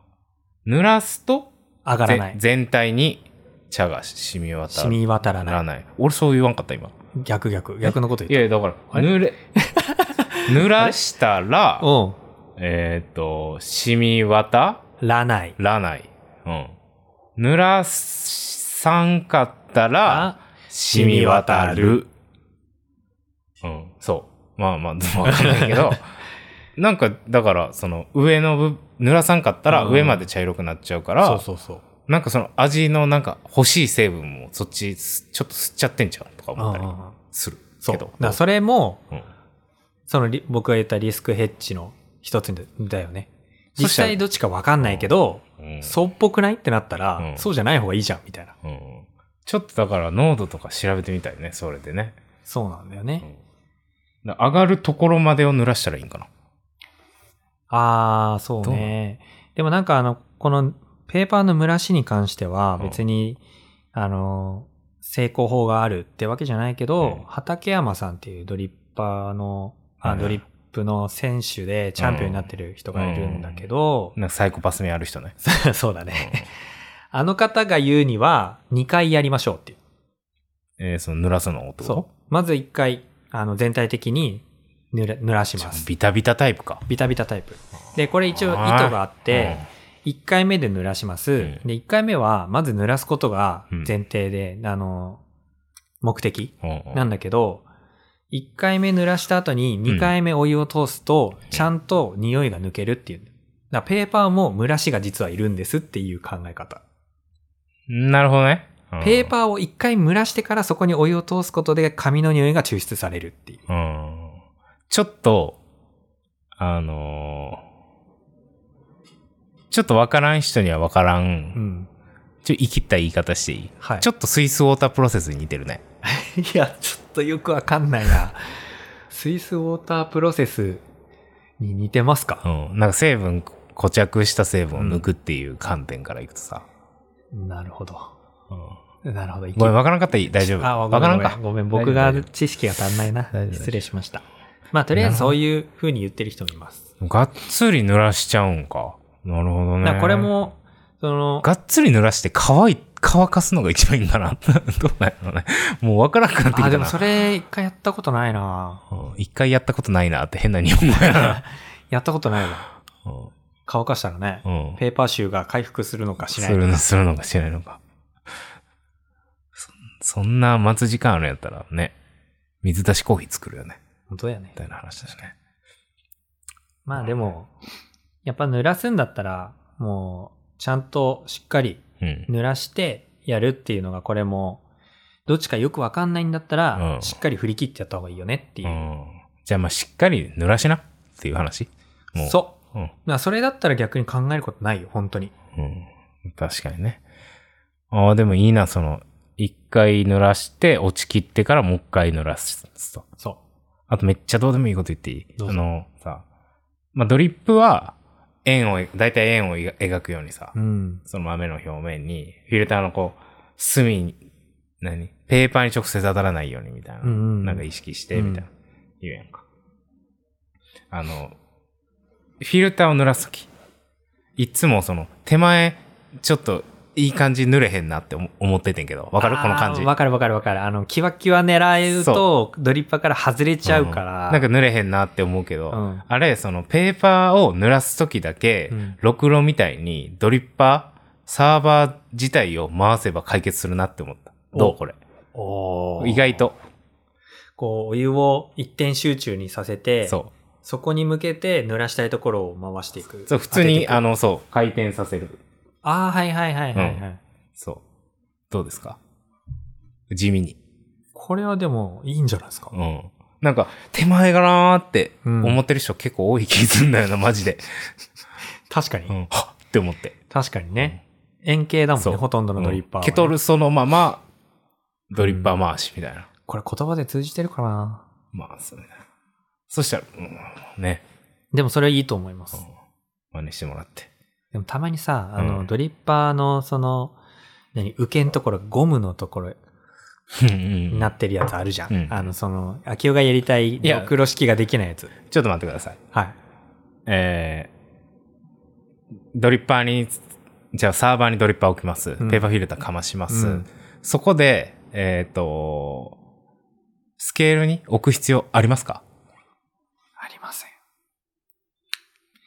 [SPEAKER 1] 濡らすと
[SPEAKER 2] 上がらな
[SPEAKER 1] ぜ
[SPEAKER 2] い。
[SPEAKER 1] 全体に茶が染み渡る。
[SPEAKER 2] 染み渡ら
[SPEAKER 1] なら
[SPEAKER 2] ない。
[SPEAKER 1] ない。俺そう言わんかった、今。
[SPEAKER 2] 逆逆。逆のこと
[SPEAKER 1] い
[SPEAKER 2] 言っ
[SPEAKER 1] やいや、だから、
[SPEAKER 2] あれ
[SPEAKER 1] 濡
[SPEAKER 2] [LAUGHS]
[SPEAKER 1] れ、濡らしたら
[SPEAKER 2] た。、お
[SPEAKER 1] えーっ、と、染み渡
[SPEAKER 2] うん。らない。
[SPEAKER 1] らない。うん。濡らさんかったら、染み渡る。うん、そう。まあまあ、でもわかんないけ
[SPEAKER 2] [LAUGHS]
[SPEAKER 1] ど、なんか、だから、その、上の部、濡らさんかったら
[SPEAKER 2] うん
[SPEAKER 1] 上まで茶色くなっちゃうから、
[SPEAKER 2] そうそうそう。
[SPEAKER 1] なんかその味のなんか欲しい成分もそっちすちょっと吸っちゃってんじゃんとか思ったり
[SPEAKER 2] うんうんうん
[SPEAKER 1] する
[SPEAKER 2] そう。
[SPEAKER 1] け
[SPEAKER 2] だ
[SPEAKER 1] ど
[SPEAKER 2] か。らそれも、
[SPEAKER 1] うん
[SPEAKER 2] そのリ僕が言ったリスクヘッジの一つだよね。
[SPEAKER 1] そ
[SPEAKER 2] 実
[SPEAKER 1] したら
[SPEAKER 2] 際どっちかわかんないけど、
[SPEAKER 1] うん
[SPEAKER 2] そうっぽくないってなったら、
[SPEAKER 1] うん
[SPEAKER 2] そうじゃない方がいいじゃん、みたいな。
[SPEAKER 1] うんちょっとだから濃度とか調べてみたいね、それでね。
[SPEAKER 2] そうなんだよ
[SPEAKER 1] う
[SPEAKER 2] ね。
[SPEAKER 1] んだ上がるところまでを濡らしたらいいんかな。
[SPEAKER 2] ああ、そうね。でもなんかあの、このペーパーの蒸らしに関しては
[SPEAKER 1] うん
[SPEAKER 2] 別に、あの、成功法があるってわけじゃないけど、
[SPEAKER 1] うん
[SPEAKER 2] 畠山さんっていうドリッパーの、
[SPEAKER 1] はい
[SPEAKER 2] あ
[SPEAKER 1] はい
[SPEAKER 2] ドリップの選手でチャンピオンになってる人がいるんだけど、
[SPEAKER 1] なんかサイコパス味ある人ね。
[SPEAKER 2] [LAUGHS] そうだね。あの方が言うには、2回やりましょうっていう。
[SPEAKER 1] えーその濡らすの音
[SPEAKER 2] そう。まず1回、あの、全体的に濡ら濡らします。
[SPEAKER 1] ビタビタタイプか。
[SPEAKER 2] ビタビタタイプ。で、これ一応意図があって、1回目で濡らします。
[SPEAKER 1] うん
[SPEAKER 2] で、1回目は、まず濡らすことが前提で、あの、目的
[SPEAKER 1] うん、うん
[SPEAKER 2] なんだけど、1回目濡らした後に2回目お湯を通すと、ちゃんと匂いが抜けるっていう。だからペーパーも蒸らしが実はいるんですっていう考え方。
[SPEAKER 1] なるほどね。うん
[SPEAKER 2] ペーパーを1回蒸らしてからそこにお湯を通すことで髪の匂いが抽出されるっていう。
[SPEAKER 1] うんちょっと、あのーちょっとわからん人にはわから
[SPEAKER 2] うんん。
[SPEAKER 1] ちょ、言い切った言い方していい、
[SPEAKER 2] はい
[SPEAKER 1] ちょっとスイスウォータープロセスに似てるね。
[SPEAKER 2] [LAUGHS] いや、ちょっとよくわかんないな。スイスウォータープロセスに似てます
[SPEAKER 1] う
[SPEAKER 2] か、
[SPEAKER 1] ん。なんか成分、固着した成分を抜くっていう観点からいくとさ。
[SPEAKER 2] なるほど。
[SPEAKER 1] うん
[SPEAKER 2] なるほど。
[SPEAKER 1] ごめん、わからんかったらいい大丈夫。
[SPEAKER 2] あ、
[SPEAKER 1] わ
[SPEAKER 2] わか
[SPEAKER 1] から
[SPEAKER 2] ら
[SPEAKER 1] ん
[SPEAKER 2] ん
[SPEAKER 1] か
[SPEAKER 2] か。。ごめん、
[SPEAKER 1] 大丈夫
[SPEAKER 2] 僕が
[SPEAKER 1] 大丈
[SPEAKER 2] 知識が足んないな
[SPEAKER 1] 大丈。夫
[SPEAKER 2] 失礼しました。まあ、とりあえずそういう風に言ってる人もいます。
[SPEAKER 1] 夫がっつり濡らしちゃうんか。なるほど
[SPEAKER 2] だか
[SPEAKER 1] ね。
[SPEAKER 2] らこれ、も、その、
[SPEAKER 1] がっつり濡らして乾い、乾かすのが一番いいんかな。 [LAUGHS] どうなんやろうね。もうわからんくなってき
[SPEAKER 2] あ、
[SPEAKER 1] た
[SPEAKER 2] で
[SPEAKER 1] な
[SPEAKER 2] も。それ一回やったことないな。
[SPEAKER 1] うん一回やったことないなって変な日本語や [LAUGHS] な。
[SPEAKER 2] やったことないわ。
[SPEAKER 1] うん
[SPEAKER 2] 乾かしたらね、
[SPEAKER 1] うん。
[SPEAKER 2] ペーパー臭が回復するのかしない
[SPEAKER 1] する
[SPEAKER 2] の
[SPEAKER 1] の、
[SPEAKER 2] か。
[SPEAKER 1] するのかしないのか。そそんな待つ時間あるんやったらね、水出しコーヒー作るよね。
[SPEAKER 2] 本当やね
[SPEAKER 1] み。たいな話だよね。
[SPEAKER 2] まあでも、やっぱ濡らすんだったら、もう、ちゃんとしっかり
[SPEAKER 1] うん。
[SPEAKER 2] 濡らしてやるっていうのがこれも、どっちかよくわかんないんだったら、
[SPEAKER 1] うん
[SPEAKER 2] しっかり振り切ってやった方がいいよねっていうう。
[SPEAKER 1] ん。じゃあまあしっかり濡らしなっていう話。もう。
[SPEAKER 2] そう。
[SPEAKER 1] う。うん。
[SPEAKER 2] まあ、それだったら逆に考えることないよ、本当に。
[SPEAKER 1] うん。確かにね。ああ、でもいいな、その、一回濡らして、落ちきってからもう一回濡らすと。
[SPEAKER 2] そ
[SPEAKER 1] あとめっちゃどうでもいいこと言っていい
[SPEAKER 2] どう
[SPEAKER 1] あ
[SPEAKER 2] ぞ
[SPEAKER 1] の、さ、まあドリップは、円を、だいたい円を描くようにさ、
[SPEAKER 2] う。うん。
[SPEAKER 1] その豆の表面に、フィルターのこう、隅に、何ペーパーに直接当たらないようにみたいな。
[SPEAKER 2] うんうんうん
[SPEAKER 1] なんか意識して、みたいな。言うやんか。あの、フィルターを濡らすとき、いつもその、手前、ちょっと、いい感じ濡れへんなって思思っててんけど、わ
[SPEAKER 2] わ
[SPEAKER 1] かるこの感じ。
[SPEAKER 2] わかるわかるわかる。あの、キワキワ狙うと、ドリッパーから外れちゃうから。
[SPEAKER 1] うんなんか濡れへんなって思うけど、
[SPEAKER 2] うん
[SPEAKER 1] あれ、その、ペーパーを濡らすときだけ
[SPEAKER 2] うん、
[SPEAKER 1] ろくろみたいに、ドリッパー、サーバー自体を回せば解決するなって思った。どう
[SPEAKER 2] お
[SPEAKER 1] これ。
[SPEAKER 2] おー
[SPEAKER 1] 意外。と。
[SPEAKER 2] こう、お湯を一点集中にさせて、
[SPEAKER 1] そ
[SPEAKER 2] そこに向けて濡らしたいところを回していく。
[SPEAKER 1] う。そう、普通に、あ
[SPEAKER 2] の、
[SPEAKER 1] の、そう、回転させる。
[SPEAKER 2] ああ、はいはいはいはい、はい
[SPEAKER 1] そう。どうですか地味に。
[SPEAKER 2] これはでも、いいんじゃないですか。
[SPEAKER 1] うん。なんか、手前かなーって
[SPEAKER 2] うん
[SPEAKER 1] 思ってる人結構多い気すんだよな、マジで。
[SPEAKER 2] 確かに、
[SPEAKER 1] うん。はっって思って。
[SPEAKER 2] 確かにね。円形だもん
[SPEAKER 1] そう
[SPEAKER 2] ね、ほとんどのドリッパーはね、
[SPEAKER 1] ケトルそのまま、ドリッパー回しみたいな。
[SPEAKER 2] これ言葉で通じてるかな
[SPEAKER 1] まあ、そうね。そしたら、うん、ね、
[SPEAKER 2] でもそれはいいと思います。
[SPEAKER 1] 真似してもらって。
[SPEAKER 2] でもたまにさ、あの、
[SPEAKER 1] うん
[SPEAKER 2] ドリッパーの、その、何、受けんところ、ゴムのところにな
[SPEAKER 1] な
[SPEAKER 2] ってるやつあるじゃん。
[SPEAKER 1] うん
[SPEAKER 2] あの、その、秋代がやりたい、
[SPEAKER 1] いや
[SPEAKER 2] ろくろ式ができないやつ。
[SPEAKER 1] ちょっと待ってください。
[SPEAKER 2] はい。
[SPEAKER 1] えー、ドリッパーに、じゃあサーバーにドリッパー置きます。
[SPEAKER 2] ん
[SPEAKER 1] ペーパーフィルターかまします。
[SPEAKER 2] うん
[SPEAKER 1] そこで、えっ、と、スケールに置く必要ありますか
[SPEAKER 2] ありません。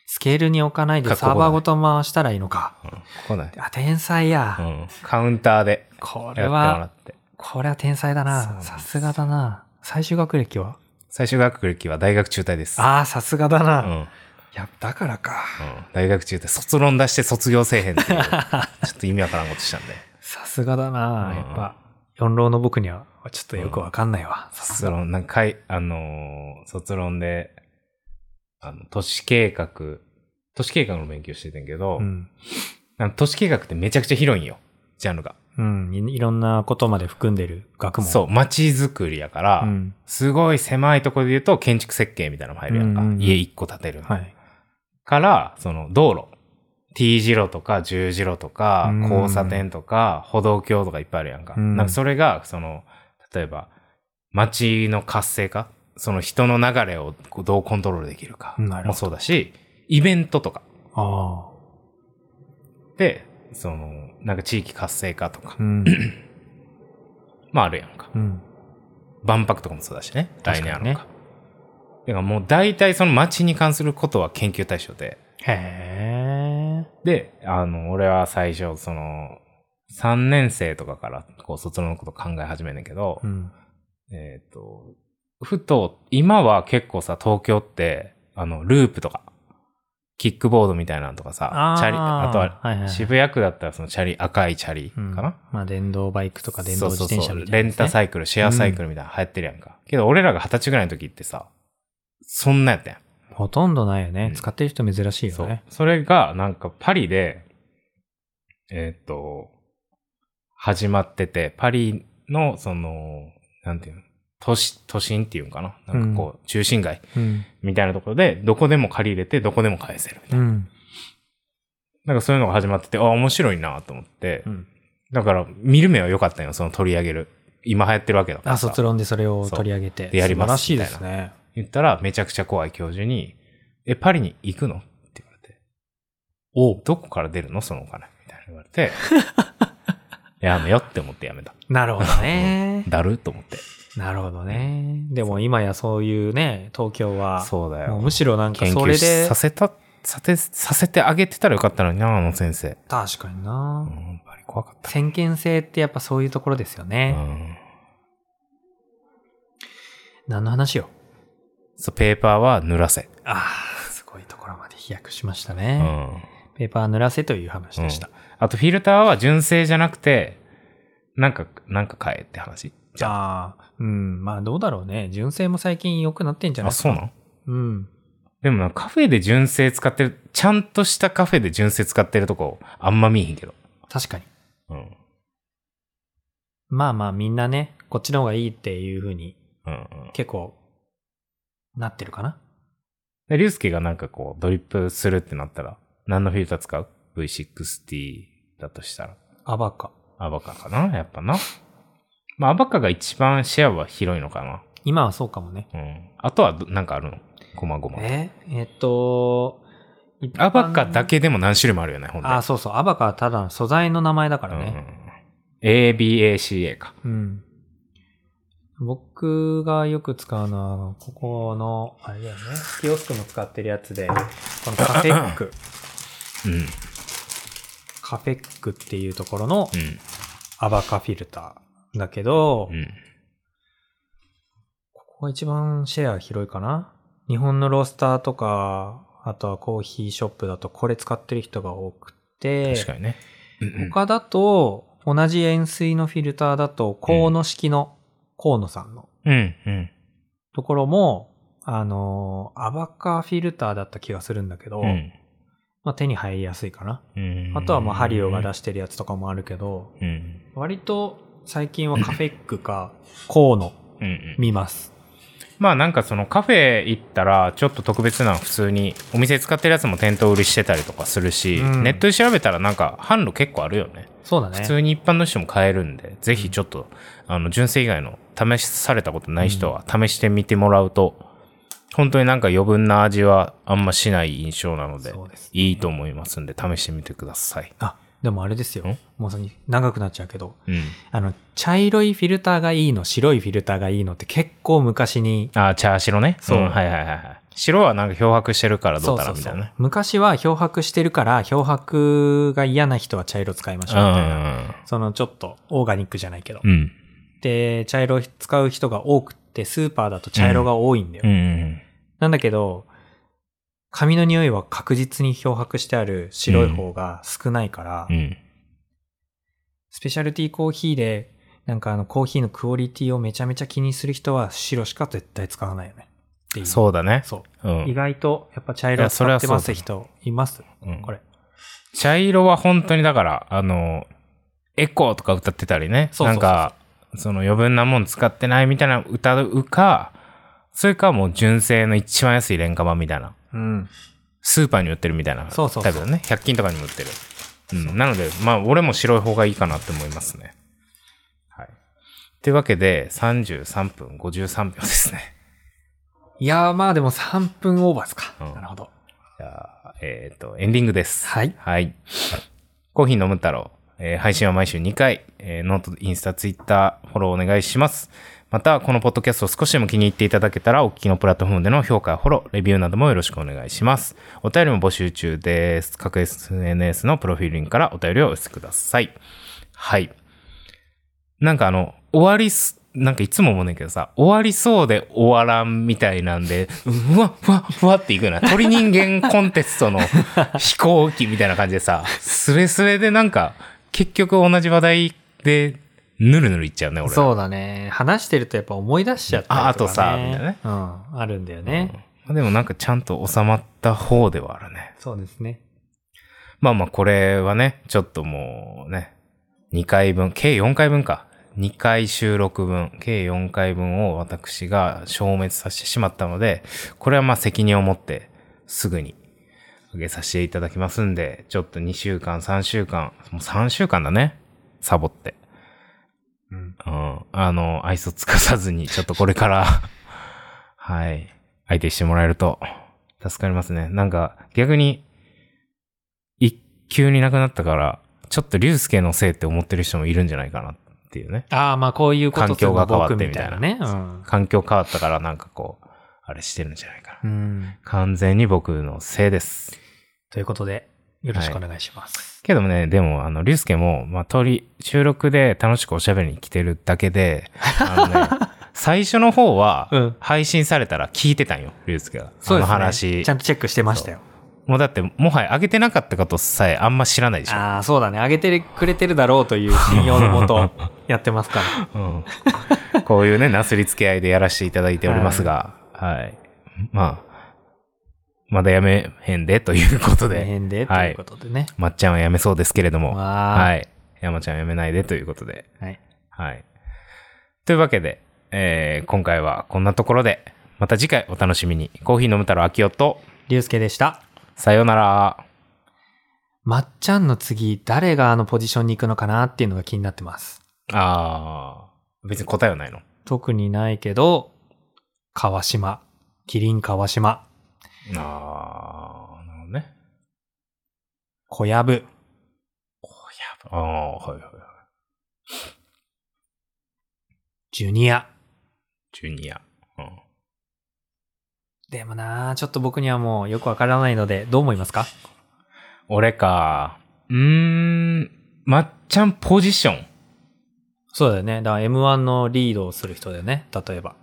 [SPEAKER 2] スケールに置かないで
[SPEAKER 1] か
[SPEAKER 2] サーバーごと回したらいいのか。
[SPEAKER 1] うん、ここない。
[SPEAKER 2] あ、天才や。
[SPEAKER 1] うん。カウンターで
[SPEAKER 2] こ
[SPEAKER 1] やって
[SPEAKER 2] れ
[SPEAKER 1] もら
[SPEAKER 2] は、
[SPEAKER 1] って。
[SPEAKER 2] これは天才だ
[SPEAKER 1] そうなん
[SPEAKER 2] な。
[SPEAKER 1] です
[SPEAKER 2] さすがだな。最終学歴は
[SPEAKER 1] 最終学歴は大学中退です。
[SPEAKER 2] ああ、さすがだ
[SPEAKER 1] う
[SPEAKER 2] な。
[SPEAKER 1] ん。
[SPEAKER 2] やっぱだからか。
[SPEAKER 1] うん大学中で卒論出して卒業せえへんっていうちょっと意味わからんことしたんで。
[SPEAKER 2] さすがだな。
[SPEAKER 1] うん
[SPEAKER 2] やっぱ、四郎の僕には、ちょっとよくわかんないわ。さす
[SPEAKER 1] 卒論、なんかかい、あのー卒論で、あの、都市計画、都市計画の勉強しててんけど、
[SPEAKER 2] うん。
[SPEAKER 1] あの都市計画ってめちゃくちゃ広いんよ、ジャンルが。
[SPEAKER 2] うん。いいろんなことまで含んでる学問。
[SPEAKER 1] そう、街づくりやから、
[SPEAKER 2] うん。
[SPEAKER 1] すごい狭いところで言うと建築設計みたいなのも入るやんか。
[SPEAKER 2] うんうんうん
[SPEAKER 1] 家一個建てる。
[SPEAKER 2] はい。
[SPEAKER 1] から、その道路。T 字路とか十字路とか
[SPEAKER 2] うん
[SPEAKER 1] 交差点とか歩道橋とかいっぱいあるやんか。
[SPEAKER 2] うん
[SPEAKER 1] なんかそれが、その、例えば、街の活性化その人の流れをこうどうコントロールできるか
[SPEAKER 2] なるほど
[SPEAKER 1] もそうだし、イベントとか
[SPEAKER 2] ああ。
[SPEAKER 1] で、その、なんか地域活性化とか、
[SPEAKER 2] うん。
[SPEAKER 1] [CLEARS THROAT] まああるやんか。
[SPEAKER 2] うん。
[SPEAKER 1] 万博とかもそうだしね。来
[SPEAKER 2] 確
[SPEAKER 1] 年あ
[SPEAKER 2] か
[SPEAKER 1] るの
[SPEAKER 2] にね
[SPEAKER 1] か。だからもう大体その街に関することは研究対象で、
[SPEAKER 2] へえ。
[SPEAKER 1] で、あの、俺は最初、その、3年生とかから、こう、卒論のこと考え始めんねんけど、
[SPEAKER 2] うん。
[SPEAKER 1] えっ、と、ふと、今は結構さ、東京って、あの、ループとか、キックボードみたいなのとかさ、チャリ、あとは、
[SPEAKER 2] はいはい、
[SPEAKER 1] 渋谷区だったらそのチャリ、赤いチャリか
[SPEAKER 2] うん
[SPEAKER 1] な、
[SPEAKER 2] まあ、電動バイクとか電動自転車みたい
[SPEAKER 1] レ
[SPEAKER 2] な、
[SPEAKER 1] ンタ
[SPEAKER 2] イ
[SPEAKER 1] サイクル、シェアサイクルみたいなの流行ってるやんか。けど、俺らが二十歳ぐらいの時ってさ、そんなやったやん。
[SPEAKER 2] クほとんどないよね。
[SPEAKER 1] うん
[SPEAKER 2] 使ってる人珍しいよね。
[SPEAKER 1] そう。それが、なんか、パリで、えーっと、始まってて、パリの、その、なんていうの、都市、都心っていうんかななんかこう、中心街
[SPEAKER 2] うん。
[SPEAKER 1] みたいなところで、どこでも借りれて、どこでも返せるみたいな。
[SPEAKER 2] うん。
[SPEAKER 1] なんかそういうのが始まってて、あ、面白いなと思って、
[SPEAKER 2] うん。
[SPEAKER 1] だから、見る目は良かったよ、その取り上げる。今流行ってるわけだから。
[SPEAKER 2] あ、卒論でそれを取り上げて。
[SPEAKER 1] でやります
[SPEAKER 2] 素晴らしいですね。
[SPEAKER 1] 言ったら、めちゃくちゃ怖い教授に、え、パリに行くのって言われて。おどこから出るのそのお金。みたいな言われ
[SPEAKER 2] [LAUGHS]
[SPEAKER 1] て。やめよって思ってやめた。
[SPEAKER 2] なるほど
[SPEAKER 1] [LAUGHS]
[SPEAKER 2] ね。
[SPEAKER 1] だると思って。
[SPEAKER 2] なるほどね。でも今やそういうね、東京は、
[SPEAKER 1] そうだ
[SPEAKER 2] もう
[SPEAKER 1] よ。
[SPEAKER 2] むしろなんか
[SPEAKER 1] 研
[SPEAKER 2] そ
[SPEAKER 1] 究
[SPEAKER 2] れ
[SPEAKER 1] し
[SPEAKER 2] で
[SPEAKER 1] さ、せた、さて、させてあげてたらよかったのにな、あの先生。
[SPEAKER 2] 確かに
[SPEAKER 1] う
[SPEAKER 2] な。
[SPEAKER 1] ん、パリ怖かった。
[SPEAKER 2] 先見性ってやっぱそういうところですよ
[SPEAKER 1] う
[SPEAKER 2] ね。
[SPEAKER 1] ん。
[SPEAKER 2] 何の話よ。
[SPEAKER 1] そう、ペーパーは濡らせ。
[SPEAKER 2] ああ、すごいところまで飛躍しました
[SPEAKER 1] う
[SPEAKER 2] ね。
[SPEAKER 1] ん。
[SPEAKER 2] ペーパー濡らせという話でした。
[SPEAKER 1] あと、フィルターは純正じゃなくて、なんか、なんか変えって話。
[SPEAKER 2] じ
[SPEAKER 1] あ、
[SPEAKER 2] ゃあ、うん、まあどうだろうね。純正も最近良くなってんじゃない
[SPEAKER 1] あ、
[SPEAKER 2] です
[SPEAKER 1] そうなの
[SPEAKER 2] か。うん。
[SPEAKER 1] でもな、カフェで純正使ってる、ちゃんとしたカフェで純正使ってるとこ、あんま見えへんけど。
[SPEAKER 2] 確かに。
[SPEAKER 1] うん。
[SPEAKER 2] まあまあみんなね、こっちの方がいいっていう風に
[SPEAKER 1] うんうん。
[SPEAKER 2] 結構なってるかな。
[SPEAKER 1] で、リュウスケがなんかこう、ドリップするってなったら、何のフィルター使う ?V60 だとしたら、
[SPEAKER 2] アバカ。
[SPEAKER 1] アバカかなやっぱな。まあ、アバカが一番シェアは広いのか
[SPEAKER 2] 今はそうかもね。
[SPEAKER 1] な。うん。あとはど、なんかあるのごまごま。
[SPEAKER 2] ええっと、
[SPEAKER 1] アバカだ
[SPEAKER 2] け
[SPEAKER 1] けでも何種類もあるよね、ほんで。
[SPEAKER 2] あ、そうそう。アバカはただの素材の名前だからね。
[SPEAKER 1] うん。ABACA か。
[SPEAKER 2] うん。僕がよく使うのはあの、ここの、あれだよね。キオスクも使ってるやつで、このカフェ
[SPEAKER 1] [LAUGHS]
[SPEAKER 2] ック。
[SPEAKER 1] うん。う
[SPEAKER 2] カフェックっていうところの
[SPEAKER 1] ん。
[SPEAKER 2] アバカフィルターだけど、
[SPEAKER 1] うん。
[SPEAKER 2] ここが一番シェア広いかな。日本のロースターとか、あとはコーヒーショップだとこれ使ってる人が多くて、
[SPEAKER 1] 確かにね。うん
[SPEAKER 2] 他だと、同じ円錐のフィルターだと、河野式の河野さんの
[SPEAKER 1] うん。うん。
[SPEAKER 2] ところも、あのー、アバカフィルターだった気がするんだけど、
[SPEAKER 1] うん
[SPEAKER 2] まあ、手に入りやすいかな。
[SPEAKER 1] うん。
[SPEAKER 2] あとはまあハリオが出してるやつとかもあるけど、
[SPEAKER 1] うん。
[SPEAKER 2] 割と最近はカフェックか河野
[SPEAKER 1] うんうん
[SPEAKER 2] 見ます。
[SPEAKER 1] まあなんかそのカフェ行ったらちょっと特別なの普通にお店使ってるやつも店頭売りしてたりとかするし、
[SPEAKER 2] うん
[SPEAKER 1] ネットで調べたらなんか販路結構あるよね
[SPEAKER 2] そうだね。
[SPEAKER 1] 普通に一般の人も買えるんで、ぜひちょっとあの純正以外の試されたことない人は試してみてもらうと、本当になんか余分な味はあんましない印象なので
[SPEAKER 2] そうですね
[SPEAKER 1] いいと思いますんで試してみてください、
[SPEAKER 2] あ、でもあれですよ
[SPEAKER 1] ん。
[SPEAKER 2] もうそれ長くなっちゃうけど、
[SPEAKER 1] うん、
[SPEAKER 2] あの、茶色いフィルターがいいの、白いフィルターがいいのって結構昔に、
[SPEAKER 1] あー茶白ね
[SPEAKER 2] そうん
[SPEAKER 1] はいはいはいはい白はなんか漂白してるからどうだらみたいなね
[SPEAKER 2] 昔は漂白してるから、漂白が嫌な人は茶色使いましょうみたいな。そのちょっとオーガニックじゃないけど。
[SPEAKER 1] うんうん
[SPEAKER 2] で、茶色使う人が多くって、スーパーだと茶色が多いんだよ。
[SPEAKER 1] うんうんうん
[SPEAKER 2] なんだけど、髪の匂いは確実に漂白してある白い方が少ないから、
[SPEAKER 1] うん
[SPEAKER 2] スペシャルティーコーヒーで、なんかあのコーヒーのクオリティをめちゃめちゃ気にする人は白しか絶対使わないよね。っていう。
[SPEAKER 1] そうだね。
[SPEAKER 2] そうう。
[SPEAKER 1] ん
[SPEAKER 2] 意外とやっぱ茶色
[SPEAKER 1] い
[SPEAKER 2] 使
[SPEAKER 1] や
[SPEAKER 2] って
[SPEAKER 1] それは
[SPEAKER 2] ま
[SPEAKER 1] そ
[SPEAKER 2] す
[SPEAKER 1] うだ
[SPEAKER 2] 人います
[SPEAKER 1] うん
[SPEAKER 2] これ。
[SPEAKER 1] 茶色は本当にだから、あの、エコーとか歌ってたりね。
[SPEAKER 2] そうそうそうそう
[SPEAKER 1] なんか、その余分なもん使ってないみたいな歌うか、それかもう純正の一番安い廉価版みたいな。
[SPEAKER 2] うん。
[SPEAKER 1] スーパーに売ってるみたいなタイプだ
[SPEAKER 2] そう
[SPEAKER 1] ね。
[SPEAKER 2] そうそう
[SPEAKER 1] 100均とかにも売ってる。うん、なので、まあ、俺も白い方がいいかなって思いますね。はい。というわけで、33分53秒ですね。
[SPEAKER 2] いやーまあでも3分オーバーですか。
[SPEAKER 1] うん
[SPEAKER 2] なるほど。
[SPEAKER 1] じゃあ、えっ、と、エンディングです。
[SPEAKER 2] はい
[SPEAKER 1] はい。コーヒー飲む太郎、えー配信は毎週2回、えーノート、インスタ、ツイッター、フォローお願いします。また、このポッドキャストを少しでも気に入っていただけたら、お聞きのプラットフォームでの評価、フォロー、レビューなどもよろしくお願いします。お便りも募集中です。各 SNS のプロフィールリンクからお便りをお寄せください。はい。なんかあの、終わりす、なんかいつも思うねんけどさ、終わりそうで終わらんみたいなんで、 [LAUGHS] うわ、ふわ、ふわっていくような、鳥人間コンテストの飛行機みたいな感じでさ、スレスレでなんか、結局同じ話題で、ぬるぬるいっちゃうね、俺。
[SPEAKER 2] そうだね。話してるとやっぱ思い出しちゃったりとか、ね。
[SPEAKER 1] ああとさみたいなね。
[SPEAKER 2] うん。あるんだよ
[SPEAKER 1] う
[SPEAKER 2] ね。
[SPEAKER 1] んでもなんかちゃんと収まった方ではあるね。
[SPEAKER 2] そうですね。
[SPEAKER 1] まあまあこれはね、ちょっともうね、 2回分、計4回分か。2回収録分、計4回分を私が消滅させてしまったので、これはまあ責任を持ってすぐに上げさせていただきますんで、ちょっと2週間、3週間、もう3週間だね。サボって。
[SPEAKER 2] うん。
[SPEAKER 1] うん。あの、愛想尽かさずに、ちょっとこれから、 [LAUGHS] はい、相手してもらえると、助かりますね。なんか、逆に、一級になくなったから、ちょっと竜介のせいって思ってる人もいるんじゃないかなっていうね。
[SPEAKER 2] ああ、まあこういうこと
[SPEAKER 1] 環境が変わって
[SPEAKER 2] するの僕ね。
[SPEAKER 1] 環境変わったから、なんかこう、あれしてるんじゃないかな。
[SPEAKER 2] うん。うん。
[SPEAKER 1] 完全に僕のせいです。
[SPEAKER 2] ということで、よろしくお願いします。
[SPEAKER 1] けどもね、でも、あの、竜介も、まあ、通り、収録で楽しくおしゃべりに来てるだけで、あのね、最初の方は、
[SPEAKER 2] うん。
[SPEAKER 1] 配信されたら聞いてたんよ、竜介が。
[SPEAKER 2] そうです、ね。
[SPEAKER 1] あの話
[SPEAKER 2] ちゃ。んとチェックしてましたよ。
[SPEAKER 1] もうだって、もはや上げてなかったことさえあんま知らないでしょ。
[SPEAKER 2] ああ、そうだね。上げてくれてるだろうという信用の
[SPEAKER 1] [LAUGHS]
[SPEAKER 2] もと、やってますから。
[SPEAKER 1] うん、こういうね、なすりつけ合いでやらせていただいておりますが、はい。まあ、まだやめへんでということ
[SPEAKER 2] 大
[SPEAKER 1] で、
[SPEAKER 2] 変で、と
[SPEAKER 1] はい
[SPEAKER 2] いうことでね。
[SPEAKER 1] まっちゃんはやめそうですけれども、
[SPEAKER 2] わ
[SPEAKER 1] は
[SPEAKER 2] ー
[SPEAKER 1] い。山ちゃんはやめないでということで、
[SPEAKER 2] はい。
[SPEAKER 1] はい。というわけで、えー今回はこんなところで、また次回お楽しみに。コーヒー飲む太郎秋夫と、
[SPEAKER 2] りゅうすけでした。
[SPEAKER 1] さようなら。
[SPEAKER 2] まっちゃんの次、誰があのポジションに行くのかなっていうのが気になってます。
[SPEAKER 1] あー、別に答えはないの
[SPEAKER 2] 特にないけど、川島。キリン川島。
[SPEAKER 1] あー、なるほどね。
[SPEAKER 2] 小籔。
[SPEAKER 1] ああ、はいはいはい。
[SPEAKER 2] ジュニア。
[SPEAKER 1] ジュニア。うん。
[SPEAKER 2] でもなあちょっと僕にはもうよくわからないので、どう思いますか
[SPEAKER 1] 俺か。うーん、まっちゃんポジション。
[SPEAKER 2] そうだよね。だから M1 のリードをする人だよね。例えば。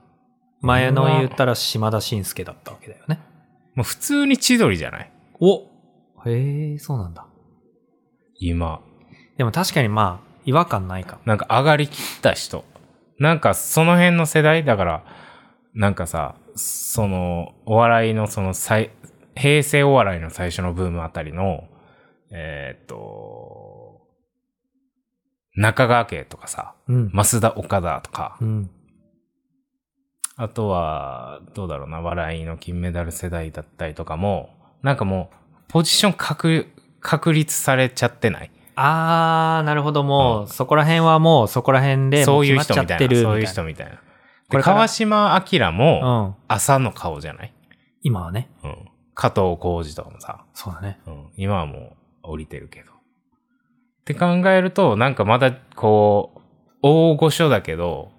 [SPEAKER 2] 前の
[SPEAKER 1] M1
[SPEAKER 2] 言ったら島田紳介だったわけだよね。
[SPEAKER 1] もう普通に千鳥じゃない
[SPEAKER 2] おへえ、そうなんだ。
[SPEAKER 1] 今。
[SPEAKER 2] でも確かにまあ、違和感ないかも。
[SPEAKER 1] なんか上がりきった人。なんかその辺の世代だから、なんかさ、その、お笑いのその最、平成お笑いの最初のブームあたりの、えーっと、中川家とかさ、
[SPEAKER 2] うん。
[SPEAKER 1] 増田岡田とか、
[SPEAKER 2] うん。
[SPEAKER 1] あとは、どうだろうな、笑いの金メダル世代だったりとかも、なんかもう、ポジション確、確立されちゃってない。
[SPEAKER 2] あー、なるほど。もう、
[SPEAKER 1] うん
[SPEAKER 2] そこら辺はもう、そこら辺で、
[SPEAKER 1] そういう人
[SPEAKER 2] も
[SPEAKER 1] みたい
[SPEAKER 2] 決まっちゃって
[SPEAKER 1] な。
[SPEAKER 2] る
[SPEAKER 1] そういう
[SPEAKER 2] みた
[SPEAKER 1] 人みたいな。
[SPEAKER 2] こ
[SPEAKER 1] で、
[SPEAKER 2] れから
[SPEAKER 1] 川島明
[SPEAKER 2] いな
[SPEAKER 1] も、
[SPEAKER 2] うん。
[SPEAKER 1] 朝の顔じゃない、
[SPEAKER 2] 今はね。
[SPEAKER 1] うん、加藤浩二とかもさ、
[SPEAKER 2] そうだね。
[SPEAKER 1] うん、今はもう降りてるけど。って考えると、なんかまだ、こう、大御所だけど、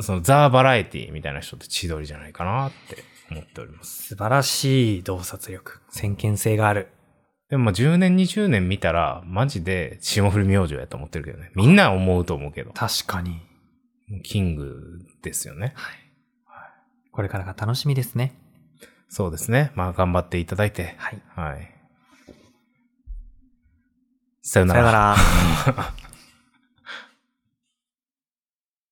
[SPEAKER 1] そのザ・バラエティみたいな人って千鳥じゃないかなって思っております。
[SPEAKER 2] 素晴らしい洞察力。先見性がある。
[SPEAKER 1] でもまあ10年、20年見たら、マジで霜降り明星やと思ってるけどね。みんな思うと思うけど。
[SPEAKER 2] 確かに。
[SPEAKER 1] もうキングですよね。
[SPEAKER 2] これからが楽しみですね。
[SPEAKER 1] そうですね。まあ頑張っていただいて。
[SPEAKER 2] はい。
[SPEAKER 1] はい。さよ
[SPEAKER 2] さよなら。